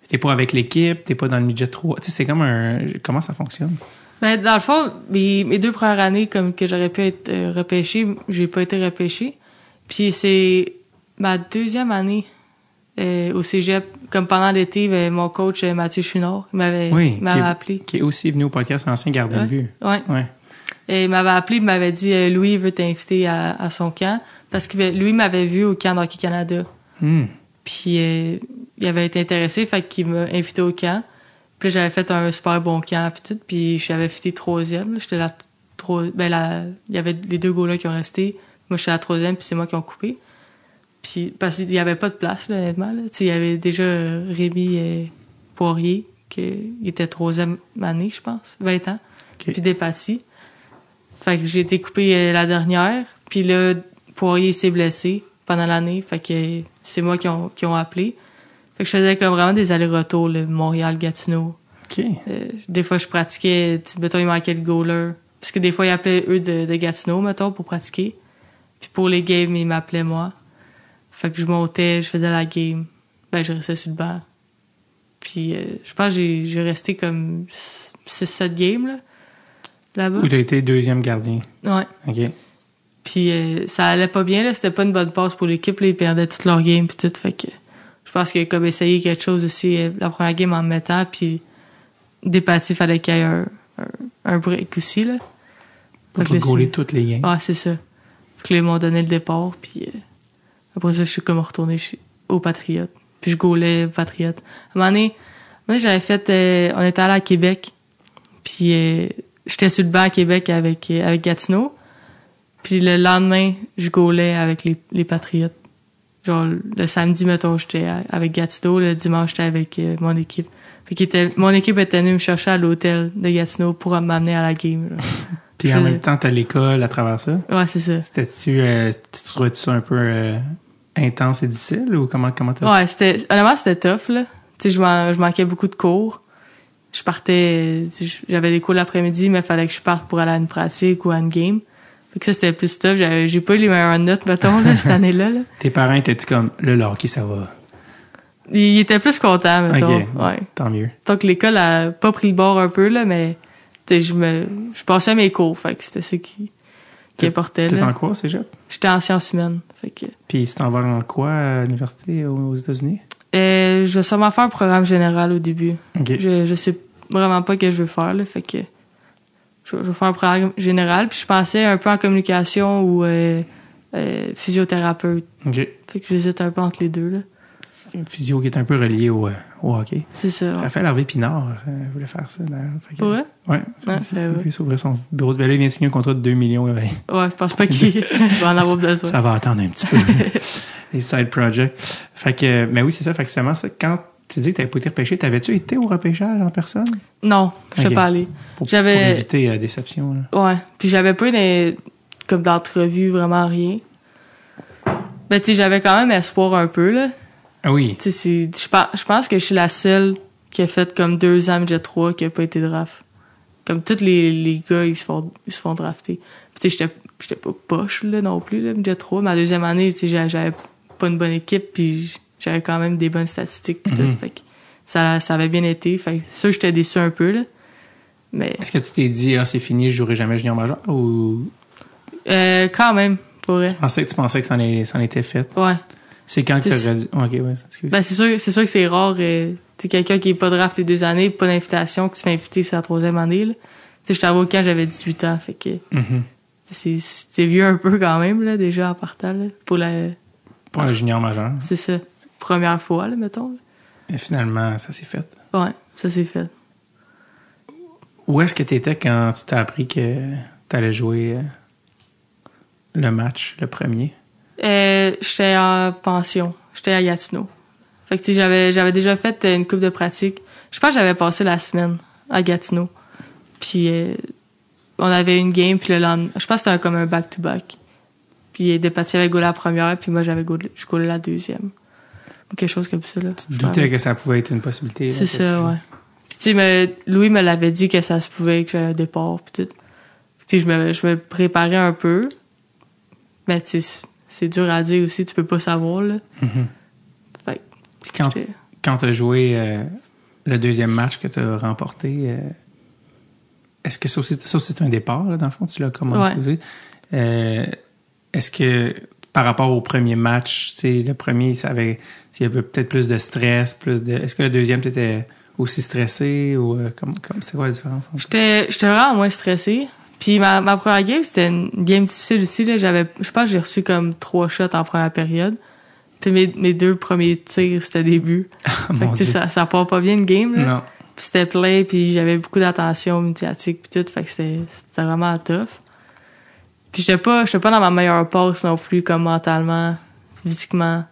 [SPEAKER 1] t'es pas avec l'équipe, t'es pas dans le midget 3. Tu sais c'est comme un comment ça fonctionne
[SPEAKER 3] Mais dans le fond, mes, mes deux premières années comme que j'aurais pu être euh, repêchée, j'ai pas été repêchée. Puis c'est ma deuxième année euh, au Cégep, comme pendant l'été, ben, mon coach euh, Mathieu Chunard il m'avait il
[SPEAKER 1] qui est,
[SPEAKER 3] m'avait appelé.
[SPEAKER 1] qui est aussi venu au podcast ancien gardien de but.
[SPEAKER 3] Ouais.
[SPEAKER 1] Ouais.
[SPEAKER 3] Et il m'avait appelé, il m'avait dit euh, Louis veut t'inviter à, à son camp parce que ben, lui m'avait vu au camp d'Hockey Canada.
[SPEAKER 1] Hmm.
[SPEAKER 3] Puis euh, il avait été intéressé, fait qu'il m'a invité au camp. Puis là, j'avais fait un super bon camp puis tout, puis j'avais fité troisième. là. J'étais la trois, ben la, il y avait les deux gars là qui ont resté. Moi, j'étais la troisième, puis c'est moi qui ont coupé. Puis parce qu'il y avait pas de place, là, honnêtement. Là. Tu sais, il y avait déjà euh, Rémi euh, Poirier qui était troisième année, je pense, 20 ans.
[SPEAKER 1] Ok.
[SPEAKER 3] Puis Despatie. Fait que j'ai été coupé euh, la dernière. Puis là, Poirier s'est blessé pendant l'année. Fait que c'est moi qui ont, qui ont appelé. Fait que je faisais comme vraiment des allers-retours, le Montréal-Gatineau.
[SPEAKER 1] Ok.
[SPEAKER 3] Euh, des fois, je pratiquais, tu sais, mettons, il manquait le goaler. Parce que des fois, ils appelaient eux de, de Gatineau, mettons, pour pratiquer. Puis pour les games, ils m'appelaient moi. Fait que je montais, je faisais la game. Ben, je restais sur le banc. Puis euh, je pense que j'ai- j'ai resté comme 6-7 games, là, là-bas.
[SPEAKER 1] Ou t'as été deuxième gardien.
[SPEAKER 3] Ouais.
[SPEAKER 1] Ok.
[SPEAKER 3] Puis euh, ça allait pas bien, là. C'était pas une bonne passe pour l'équipe, là. Ils perdaient toute leur game, puis tout. Fait que je pense que comme essayer quelque chose aussi, euh, la première game en me mettant, puis des pâtis, fallait qu'il y ait un, un, un break aussi, là.
[SPEAKER 1] Pas
[SPEAKER 3] Fait que
[SPEAKER 1] pour
[SPEAKER 3] là,
[SPEAKER 1] gauler toutes les games.
[SPEAKER 3] c'est- Ouais, Ah, c'est ça. Fait que là, ils m'ont donné le départ, puis euh, après ça, je suis comme retourné au Patriote. Puis je gaulais Patriote. À un moment donné, à un moment donné, j'avais fait... euh, on était allé à Québec, puis euh, j'étais sur le banc à Québec avec, euh, avec Gatineau. Puis le lendemain, je gaulais avec les, les Patriotes. Genre, le samedi, mettons, j'étais à- avec Gatineau. Le dimanche, j'étais avec euh, mon équipe. Fait qu'il était, mon équipe était venue me chercher à l'hôtel de Gatineau pour m'amener à la game. là.
[SPEAKER 1] Puis
[SPEAKER 3] je
[SPEAKER 1] en
[SPEAKER 3] faisais-
[SPEAKER 1] même temps t'as l'école à travers ça.
[SPEAKER 3] Ouais, c'est ça.
[SPEAKER 1] C'était-tu, euh, tu trouvais-tu ça un peu euh, intense et difficile ou comment comment t'as-
[SPEAKER 3] Ouais, c'était honnêtement c'était tough là. Tu sais, je, man- je manquais beaucoup de cours. Je partais, euh, tu sais, j'avais des cours l'après-midi, mais il fallait que je parte pour aller à une pratique ou à une game. Fait que ça c'était plus tough. J'avais, j'ai pas eu les meilleures notes mettons là, *laughs* cette année-là. Là.
[SPEAKER 1] Tes parents étaient-tu comme le hockey ça va
[SPEAKER 3] Ils étaient plus contents mettons.
[SPEAKER 1] Ok.
[SPEAKER 3] Ouais.
[SPEAKER 1] Tant mieux.
[SPEAKER 3] Donc l'école a pas pris le bord un peu là, mais tu sais, je me, je passais mes cours. Fait que c'était ça qui qui
[SPEAKER 1] T'es-
[SPEAKER 3] importait
[SPEAKER 1] T'es
[SPEAKER 3] là.
[SPEAKER 1] en quoi au cégep
[SPEAKER 3] J'étais en sciences humaines. Fait que
[SPEAKER 1] Puis tu t'en vas en quoi à l'université aux aux États-Unis
[SPEAKER 3] euh, je vais sûrement faire un programme général au début.
[SPEAKER 1] Ok.
[SPEAKER 3] Je, je sais vraiment pas ce que je veux faire, là. Fait que je, je vais faire un programme général. Puis je pensais un peu en communication ou euh, euh, physiothérapeute.
[SPEAKER 1] Ok.
[SPEAKER 3] Fait que j'hésite un peu entre les deux, là.
[SPEAKER 1] Physio qui est un peu relié au, euh, au hockey.
[SPEAKER 3] C'est ça. ouais.
[SPEAKER 1] Raphaël Harvey Pinard euh, voulait faire ça d'ailleurs. Fait que-
[SPEAKER 3] Pour vrai?
[SPEAKER 1] Ouais.
[SPEAKER 3] Ouais,
[SPEAKER 1] Il
[SPEAKER 3] ben
[SPEAKER 1] a
[SPEAKER 3] ouais.
[SPEAKER 1] pu s'ouvrir son bureau de balai, il vient de signer un contrat de 2 millions. ouais.
[SPEAKER 3] Ouais, je pense pas qu'il
[SPEAKER 1] *laughs*
[SPEAKER 3] *laughs* va en avoir besoin.
[SPEAKER 1] Ça va attendre un petit peu.
[SPEAKER 3] *laughs*
[SPEAKER 1] Les side projects. Fait que, mais oui, c'est ça. Fait que justement, ça, quand tu dis que t'avais pas été repêché, t'avais-tu été au repêchage en personne?
[SPEAKER 3] Non, je sais
[SPEAKER 1] Ok.
[SPEAKER 3] pas aller.
[SPEAKER 1] Pour, pour
[SPEAKER 3] J'avais-
[SPEAKER 1] éviter la déception, là.
[SPEAKER 3] Ouais. Puis j'avais pas eu des- comme d'entrevue, vraiment rien. Ben, tu sais, j'avais quand même espoir un peu, là.
[SPEAKER 1] Ah oui.
[SPEAKER 3] Tu sais, c'est- je par- je pense que je suis la seule qui a fait comme deux ans midget 3 qui a pas été draft. Comme tous les, les gars, ils se font, ils se font drafter. Puis tu sais, j'étais- j'étais pas poche là, non plus, là, midget 3. Ma deuxième année, tu sais, j'a- j'avais pas une bonne équipe, puis j- j'avais quand même des bonnes statistiques, puis tout. Fait que ça, ça avait bien été. Fait que ça, j'étais déçu un peu, là. Mais
[SPEAKER 1] Est-ce que tu t'es dit, ah, c'est fini, je jouerai jamais junior majeur ou
[SPEAKER 3] euh, quand même, pour vrai.
[SPEAKER 1] tu pensais que, tu pensais que ça en, est- ça en était fait?
[SPEAKER 3] Ouais.
[SPEAKER 1] C'est quand que
[SPEAKER 3] Tu sais,
[SPEAKER 1] t'aurais dit. Ok, ouais, excuse.
[SPEAKER 3] Ben, c'est sûr, c'est sûr que c'est rare. Euh, t'sais, quelqu'un qui est pas draft les deux années, pas d'invitation, que tu fais inviter, c'est la troisième année. Là. T'sais, j'étais avocat quand j'avais 18 ans. Fait que
[SPEAKER 1] Mhm.
[SPEAKER 3] c'est, c'est c'est vieux un peu quand même, là, déjà, en partant. Là, pour la,
[SPEAKER 1] Pour
[SPEAKER 3] ah.
[SPEAKER 1] un junior majeur.
[SPEAKER 3] c'est ça, première fois, là, mettons.
[SPEAKER 1] Et finalement, ça s'est fait.
[SPEAKER 3] là. Ouais, ça c'est fait.
[SPEAKER 1] Où est-ce que t'étais quand tu t'as appris que t'allais jouer euh, le match, le premier?
[SPEAKER 3] Euh, j'étais en pension. J'étais à Gatineau. Fait que tu sais, j'avais j'avais déjà fait euh, une coupe de pratique. Je pense que j'avais passé la semaine à Gatineau. Puis euh, on avait une game puis le lendemain, je pense que c'était comme un back to back. Puis euh, Despatie avait goalé la première puis moi j'avais goalé, je goalais la deuxième. Ou quelque chose comme ça là. Je me
[SPEAKER 1] doutais que ça pouvait être une possibilité. là,
[SPEAKER 3] c'est
[SPEAKER 1] que tu
[SPEAKER 3] ça,
[SPEAKER 1] joues.
[SPEAKER 3] ouais. Puis tu sais, mais Louis me l'avait dit que ça se pouvait, que j'avais un départ, puis tout. Tu sais, je me, je me préparais un peu. Mais tu sais, c'est- c'est dur à dire aussi, tu peux pas savoir, là.
[SPEAKER 1] Mhm.
[SPEAKER 3] Fait que
[SPEAKER 1] Puis quand,
[SPEAKER 3] j'étais-
[SPEAKER 1] quand tu as joué euh, le deuxième match que tu as remporté, euh, est-ce que ça aussi, ça aussi, c'est un départ, là, dans le fond, tu l'as commencé
[SPEAKER 3] Ouais.
[SPEAKER 1] aussi. Euh, est-ce que par rapport au premier match, tu sais, le premier, ça avait, il y avait peut-être plus de stress, plus de. Est-ce que le deuxième, tu étais aussi stressé ou euh, comme, comme, c'est quoi la différence? entre-
[SPEAKER 3] J'étais j'étais vraiment moins stressée. Puis ma, ma première game, c'était une game difficile aussi. Là. J'avais, je pense que j'ai reçu comme trois shots en première période. Puis mes, mes deux premiers tirs, c'était des buts. fait
[SPEAKER 1] mon
[SPEAKER 3] que tu sais,
[SPEAKER 1] Dieu.
[SPEAKER 3] ça, ça part pas bien une game. Là.
[SPEAKER 1] Non.
[SPEAKER 3] Puis c'était plein, puis j'avais beaucoup d'attention médiatique, puis tout. Fait que c'était c'était vraiment tough. Puis j'étais pas, j'étais pas dans ma meilleure passe non plus, comme mentalement, physiquement.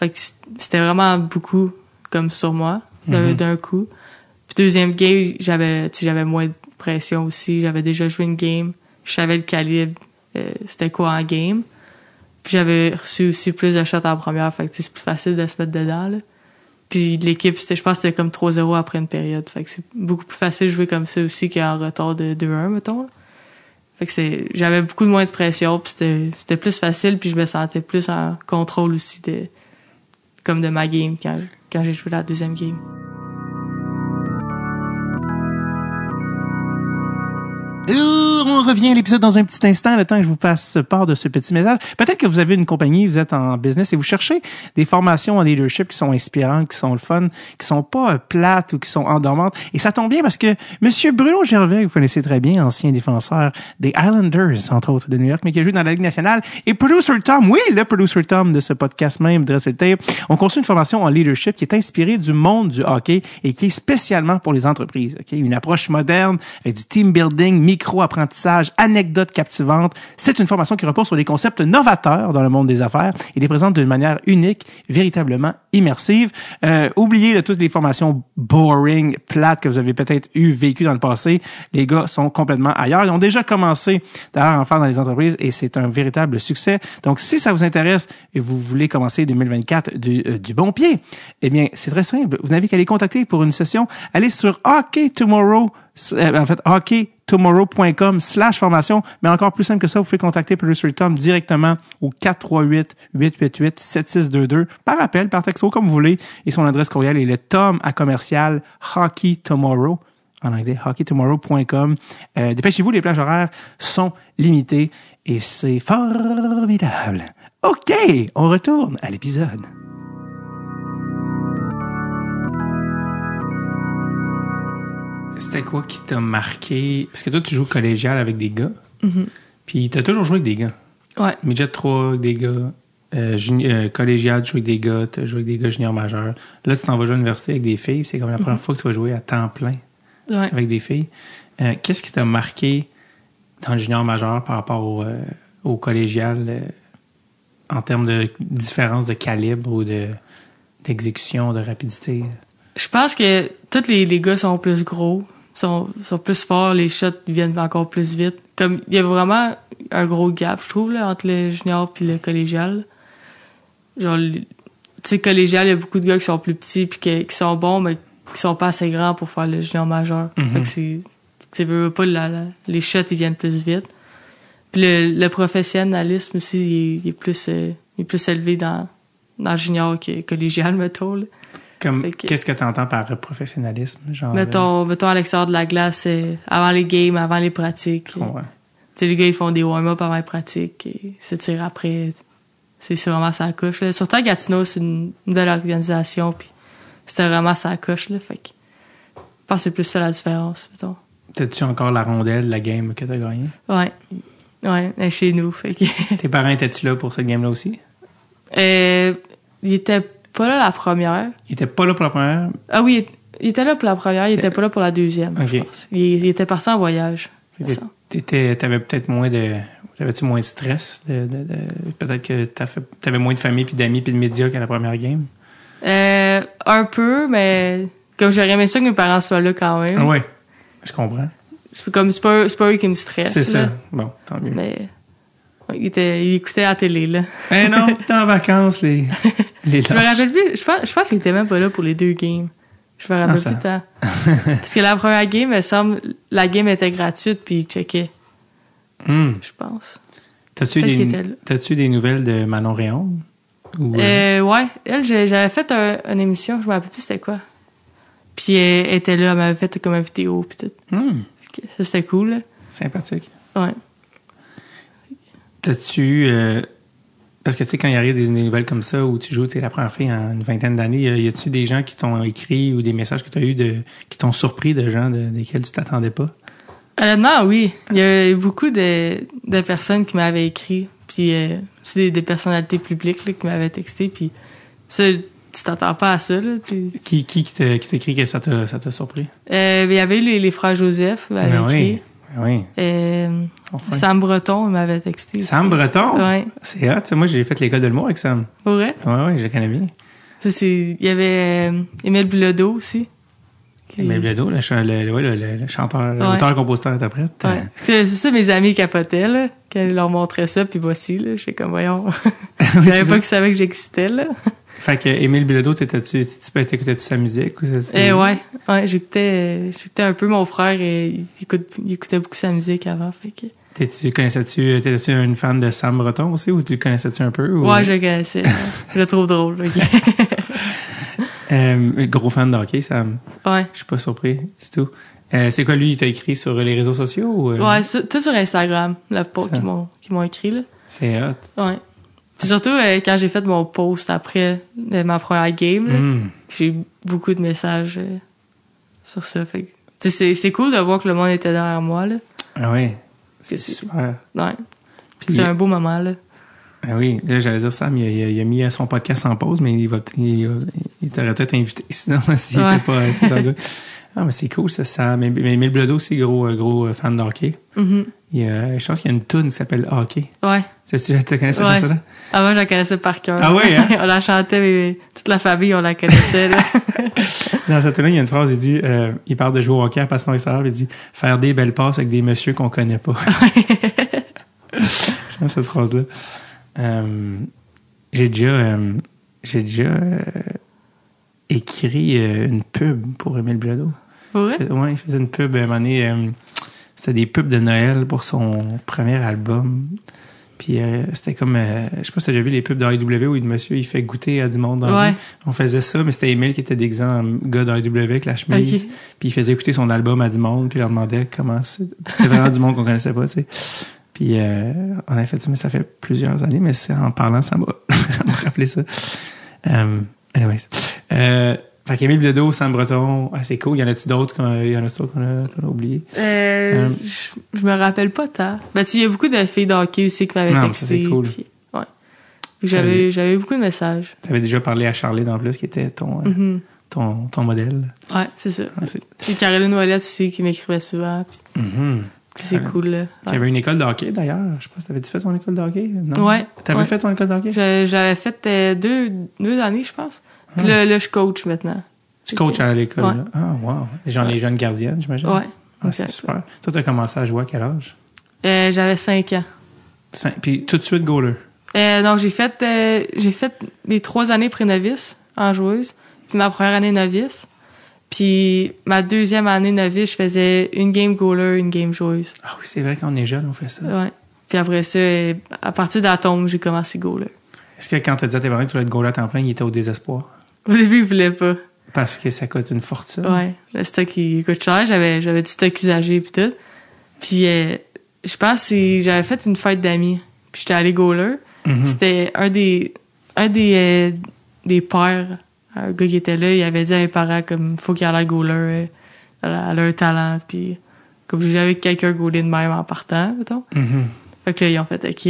[SPEAKER 3] Fait que c'était vraiment beaucoup, comme sur moi, d'un d'un coup. Puis deuxième game, j'avais, tu sais, j'avais moins de pression aussi. J'avais déjà joué une game. Je savais le calibre, euh, c'était quoi en game. Puis j'avais reçu aussi plus de shots en première. Fait que tu sais, c'est plus facile de se mettre dedans, là. Puis l'équipe, c'était, je pense que c'était comme 3-0 après une période. Fait que c'est beaucoup plus facile de jouer comme ça aussi qu'en retard de 2-1, mettons. là. Fait que c'est, j'avais beaucoup de moins de pression, puis c'était, c'était plus facile, puis je me sentais plus en contrôle aussi de, comme de ma game quand, quand j'ai joué la deuxième game.
[SPEAKER 1] Ouh, Euh, on revient à l'épisode dans un petit instant, le temps que je vous passe part de ce petit message. Peut-être que vous avez une compagnie, vous êtes en business et vous cherchez des formations en leadership qui sont inspirantes, qui sont le fun, qui sont pas euh, plates ou qui sont endormantes. Et ça tombe bien parce que Monsieur Bruno Gervais, que vous connaissez très bien, ancien défenseur des Islanders, entre autres, de New York, mais qui a joué dans la Ligue nationale, et producer Tom, oui, le producer Tom de ce podcast même, Dress le Tape, on construit une formation en leadership qui est inspirée du monde du hockey et qui est spécialement pour les entreprises. ok? Une approche moderne avec du team building, micro-apprentissage, anecdotes captivantes. C'est une formation qui repose sur des concepts novateurs dans le monde des affaires et les présente d'une manière unique, véritablement immersive. Euh, oubliez là, toutes les formations boring, plates que vous avez peut-être eu vécues dans le passé. Les gars sont complètement ailleurs. Ils ont déjà commencé d'ailleurs à en faire dans les entreprises et c'est un véritable succès. Donc, si ça vous intéresse et vous voulez commencer 2024 du, euh, du bon pied, eh bien, c'est très simple. Vous n'avez qu'à les contacter pour une session. Allez sur Hockey Tomorrow, euh, en fait, hockey tomorrow.com slash formation, mais encore plus simple que ça, vous pouvez contacter Producer Tom directement au 438-888-7622 par appel, par texto, comme vous voulez, et son adresse courriel est le tom à commercial hockey tomorrow en anglais, hockeytomorrow.com. Euh, Dépêchez-vous, les plages horaires sont limitées et c'est formidable. OK, on retourne à l'épisode. C'était quoi qui t'a marqué? Parce que toi, tu joues collégial avec des gars. Puis t'as toujours joué avec des gars.
[SPEAKER 3] Ouais.
[SPEAKER 1] Midget 3 avec des gars. Euh, juni- euh, collégial, tu joues avec des gars. Tu joues avec des gars juniors majeurs. Là, tu t'en vas jouer à l'université avec des filles. puis C'est comme la première fois que tu vas jouer à temps plein
[SPEAKER 3] Ouais.
[SPEAKER 1] avec des filles. Euh, Qu'est-ce qui t'a marqué dans le junior majeur par rapport au, euh, au collégial euh, en termes de différence de calibre ou de d'exécution, de rapidité?
[SPEAKER 3] Je pense que tous les, les gars sont plus gros, sont, sont plus forts, les shots viennent encore plus vite. Comme il y a vraiment un gros gap, je trouve, là, entre le junior puis le collégial. Genre, le- tu sais, collégial, il y a beaucoup de gars qui sont plus petits puis que- qui sont bons, mais qui sont pas assez grands pour faire le junior majeur. Fait que c'est, tu veux veux pas, la- la- les shots, ils viennent plus vite. Puis le, le professionnalisme aussi, il est, il est plus, euh, il est plus élevé dans, dans le junior que collégial, *laughs* mettons, là.
[SPEAKER 1] Comme
[SPEAKER 3] Fait que-
[SPEAKER 1] qu'est-ce que tu entends par euh, professionnalisme? Genre,
[SPEAKER 3] Mettons, mettons à l'extérieur de la glace, euh, avant les games, avant les pratiques.
[SPEAKER 1] euh, ouais.
[SPEAKER 3] Tu sais, les gars, ils font des warm-up avant les pratiques et se tirent après. C'est c'est vraiment ça coche. Là. Surtout à Gatineau, c'est une, une belle organisation. Puis c'était vraiment ça coche. Là. Fait que, je pense que c'est plus ça la différence, mettons.
[SPEAKER 1] T'as-tu encore la rondelle, la game que t'as gagnée?
[SPEAKER 3] Ouais. Ouais, euh, chez nous. Fait que. *laughs*
[SPEAKER 1] Tes parents étaient-tu là pour cette game-là aussi?
[SPEAKER 3] Euh, il était pas là la première.
[SPEAKER 1] Ils étaient pas là pour la première.
[SPEAKER 3] Ah oui, il était là pour la première, il était pas là pour la deuxième. je
[SPEAKER 1] Euh, Ok.
[SPEAKER 3] pense. Il, il était parti en voyage.
[SPEAKER 1] Fait que t'étais- T'avais peut-être moins de. T'avais-tu moins de stress? de- de- de- peut-être que t'as fait- t'avais moins de famille, puis d'amis, puis de médias qu'à la première game?
[SPEAKER 3] Euh, un peu, mais comme j'aurais aimé ça que mes parents soient là quand même.
[SPEAKER 1] Ah ouais, je comprends.
[SPEAKER 3] C'est comme, c'est pas, eux- c'est pas eux qui me stressent.
[SPEAKER 1] C'est
[SPEAKER 3] là.
[SPEAKER 1] ça. Bon, tant mieux.
[SPEAKER 3] Mais ouais, ils étaient- ils écoutaient à la télé, là.
[SPEAKER 1] Eh
[SPEAKER 3] *laughs*
[SPEAKER 1] non, t'es en vacances, les, les
[SPEAKER 3] Je me
[SPEAKER 1] lâches.
[SPEAKER 3] rappelle plus. Je pense, je pense qu'il était même pas là pour les deux games. Je me
[SPEAKER 1] Ah,
[SPEAKER 3] rappelle
[SPEAKER 1] ça.
[SPEAKER 3] plus tant.
[SPEAKER 1] *laughs*
[SPEAKER 3] Parce que la première game, il me semble, la game était gratuite puis il checkait,
[SPEAKER 1] Hmm.
[SPEAKER 3] je pense.
[SPEAKER 1] T'as-tu
[SPEAKER 3] Peut-être qu'il était
[SPEAKER 1] des,
[SPEAKER 3] là.
[SPEAKER 1] t'as-tu des nouvelles de Manon Réon? Ou, euh,
[SPEAKER 3] Euh, ouais. Elle, j'ai- j'avais fait un- une émission, je me rappelle plus c'était quoi. Puis elle, elle était là, elle m'avait fait comme une vidéo puis tout.
[SPEAKER 1] hmm,
[SPEAKER 3] Fait que Ça, c'était cool, là.
[SPEAKER 1] sympathique.
[SPEAKER 3] Ouais.
[SPEAKER 1] T'as-tu... euh, parce que, tu sais, quand il arrive des nouvelles comme ça, où tu joues, tu es la première fille en une vingtaine d'années, euh, y a-tu des gens qui t'ont écrit ou des messages que t'as eu de, qui t'ont surpris de gens de- desquels tu t'attendais pas?
[SPEAKER 3] Honnêtement, oui. Il y a eu beaucoup de, de personnes qui m'avaient écrit. Puis euh, c'est des, des personnalités publiques là, qui m'avaient texté. Puis ça, tu t'attends pas à ça. Là, tu-
[SPEAKER 1] Qui, qui, qui t'a qui t'a écrit que ça t'a, ça t'a surpris?
[SPEAKER 3] Euh, il y avait eu les, les frères Joseph qui m'avaient
[SPEAKER 1] Ah oui,
[SPEAKER 3] écrit.
[SPEAKER 1] ah oui,
[SPEAKER 3] Euh,
[SPEAKER 1] enfin.
[SPEAKER 3] Sam Breton il m'avait texté. aussi.
[SPEAKER 1] Sam Breton?
[SPEAKER 3] Ouais.
[SPEAKER 1] C'est hot. Moi, j'ai fait l'école de l'humour avec Sam.
[SPEAKER 3] Pour vrai?
[SPEAKER 1] Ouais, ouais, je le connais bien.
[SPEAKER 3] Ça, c'est... Il y avait euh, Émile Bilodeau aussi. Qui-
[SPEAKER 1] Mais Bledo, le, ch- le, le- ouais, le- le- le chanteur,
[SPEAKER 3] Ouais.
[SPEAKER 1] auteur, compositeur, interprète.
[SPEAKER 3] Ouais. C'est c'est ça, mes amis capotaient, là, quand ils leur montraient ça, puis voici, là, j'étais comme,
[SPEAKER 1] *laughs*
[SPEAKER 3] voyons,
[SPEAKER 1] Oui,
[SPEAKER 3] je
[SPEAKER 1] c'est
[SPEAKER 3] savais
[SPEAKER 1] ça.
[SPEAKER 3] pas qu'ils savaient que j'existais, là.
[SPEAKER 1] Fait que Émile Bilodeau, t'étais-tu, tu peux- t'écoutais-tu sa musique? Ou ça-
[SPEAKER 3] Eh ouais, ouais, j'écoutais, euh, j'écoutais un peu mon frère, et il, écoute- il écoutait beaucoup sa musique avant, fait que...
[SPEAKER 1] T'es-tu, connaissais-tu, t'étais-tu une fan de Sam Breton aussi, ou tu le connaissais-tu un peu? Ou...
[SPEAKER 3] Ouais, je le connaissais, là. je le trouve drôle, ok.
[SPEAKER 1] Euh, gros fan de hockey, Sam.
[SPEAKER 3] Ouais,
[SPEAKER 1] Je suis pas surpris, c'est tout. Euh, c'est quoi, lui, il t'a écrit sur les réseaux sociaux? Ou, euh,
[SPEAKER 3] ouais, sur- tout sur Instagram, la plupart
[SPEAKER 1] Ça.
[SPEAKER 3] qui m'ont, qui m'ont écrit, là.
[SPEAKER 1] C'est hot.
[SPEAKER 3] Ouais. Puis surtout, euh, quand j'ai fait mon post après euh, ma première game, là,
[SPEAKER 1] Hmm.
[SPEAKER 3] j'ai eu beaucoup de messages euh, sur ça, fait que... tu sais, c'est, c'est cool de voir que le monde était derrière moi, là.
[SPEAKER 1] Ah ouais. C'est
[SPEAKER 3] Qu'est-ce que-
[SPEAKER 1] super.
[SPEAKER 3] Ouais.
[SPEAKER 1] Puis-
[SPEAKER 3] c'est un beau moment, là.
[SPEAKER 1] Ah oui, là, j'allais dire Sam, il a, il a- il a mis euh, son podcast en pause, mais il, va, il, il t'aurait peut-être invité *laughs* sinon s'il
[SPEAKER 3] Ouais.
[SPEAKER 1] était pas s'il était en gars. Ah, mais c'est cool ça, Sam. Mais, mais Mille Bledo, c'est gros, euh, gros euh, fan de hockey.
[SPEAKER 3] Mhm.
[SPEAKER 1] Il, euh, je pense qu'il y a une toune qui s'appelle Hockey.
[SPEAKER 3] Ouais.
[SPEAKER 1] Tu, tu tu connais cette
[SPEAKER 3] Ouais.
[SPEAKER 1] chanson-là?
[SPEAKER 3] Avant, je la connaissais par cœur.
[SPEAKER 1] Ah ouais, hein?
[SPEAKER 3] *laughs* on la chantait, mais toute la famille, on la
[SPEAKER 1] *laughs*
[SPEAKER 3] connaissait. Là.
[SPEAKER 1] Dans cette toune il y a une phrase, il dit, euh, il parle de jouer au hockey à Passion Extérieur, il dit « Faire des belles passes avec des messieurs qu'on connaît pas ». *laughs* J'aime cette phrase-là. Euh, j'ai déjà, euh, j'ai déjà euh, écrit euh, une pub pour Émile Bilodeau.
[SPEAKER 3] Pour vrai?
[SPEAKER 1] Ouais, il faisait une pub à un moment donné. euh, c'était des pubs de Noël pour son premier album. Puis euh, c'était comme, euh, je sais pas si t'as déjà vu les pubs d'IW où le monsieur il fait goûter à du monde. Dans la
[SPEAKER 3] Ouais.
[SPEAKER 1] rue. On faisait ça, mais c'était Emile qui était déguisé en gars d'IW avec la chemise.
[SPEAKER 3] Ok.
[SPEAKER 1] Puis il faisait écouter son album à du monde, puis il leur demandait comment c'est. puis C'était vraiment du monde qu'on connaissait pas, tu sais. Puis euh, on a fait ça, mais ça fait plusieurs années, mais c'est en parlant, ça m'a *laughs* ça m'a rappelé ça. Euh, anyways. Euh, fait qu'Émile Bledo, Sam Breton, ah, c'est cool. Y en a-tu d'autres qu'on y en a-tu d'autres qu'on a, qu'on a oublié?
[SPEAKER 3] Euh,
[SPEAKER 1] Euh,
[SPEAKER 3] je, je me rappelle pas tant. Ben, tu sais, il y a beaucoup de filles de hockey aussi qui m'avaient
[SPEAKER 1] Non, mais
[SPEAKER 3] texté.
[SPEAKER 1] ça, c'est cool.
[SPEAKER 3] puis- ouais. Puis J'avais eu- j'avais eu beaucoup de messages.
[SPEAKER 1] T'avais déjà parlé à Charlie dans plus, qui était ton, euh,
[SPEAKER 3] Mhm.
[SPEAKER 1] ton, ton modèle.
[SPEAKER 3] Ouais, c'est ça.
[SPEAKER 1] Ah, c'est-
[SPEAKER 3] Et Caroline Ouellette aussi qui m'écrivait souvent. puis
[SPEAKER 1] Mhm.
[SPEAKER 3] C'est
[SPEAKER 1] Caroline.
[SPEAKER 3] cool, là.
[SPEAKER 1] Tu avais une école de hockey d'ailleurs. Je sais pas si t'avais-tu fait ton école de hockey? Non.
[SPEAKER 3] Ouais,
[SPEAKER 1] T'avais
[SPEAKER 3] ouais.
[SPEAKER 1] fait ton école de hockey?
[SPEAKER 3] Je- J'avais fait euh, deux, deux années, je pense. Puis là, là, je coach maintenant.
[SPEAKER 1] Ah. Tu coaches à l'école.
[SPEAKER 3] Ouais.
[SPEAKER 1] là. Ah, wow. Les gens, les jeunes gardiennes, j'imagine.
[SPEAKER 3] Ouais.
[SPEAKER 1] Ah, c'est
[SPEAKER 3] exact.
[SPEAKER 1] super. Toi, t'as commencé à jouer à quel âge?
[SPEAKER 3] Euh, J'avais cinq ans.
[SPEAKER 1] Cin- Puis tout de suite, goaler.
[SPEAKER 3] Euh, donc j'ai fait euh, j'ai fait mes trois années pré-novice en joueuse, puis ma première année novice, puis ma deuxième année novice, je faisais une game goaler, une game joueuse.
[SPEAKER 1] Ah oui, c'est vrai, quand on est jeune, on fait ça.
[SPEAKER 3] Ouais. Puis après ça, euh, à partir d'Atom, j'ai commencé goaler. *laughs*
[SPEAKER 1] Est-ce que quand t'as dit à tes parents que tu voulais être goaler à temps plein, ils étaient au désespoir?
[SPEAKER 3] Au début, ils voulaient pas.
[SPEAKER 1] Parce que ça coûte une fortune.
[SPEAKER 3] Ouais, le stock il coûte cher, j'avais j'avais du stock usagé puis tout. Puis euh, je pense que j'avais fait une fête d'amis, puis j'étais allée goaler.
[SPEAKER 1] Mhm.
[SPEAKER 3] C'était un des un des euh, des pères, un gars qui était là, il avait dit à mes parents comme faut qu'il y ait la goaler euh, à la- à leur talent puis comme j'ai jamais vu quelqu'un goaler de même en partant, mettons.
[SPEAKER 1] Mhm.
[SPEAKER 3] Fait que là ils ont fait OK.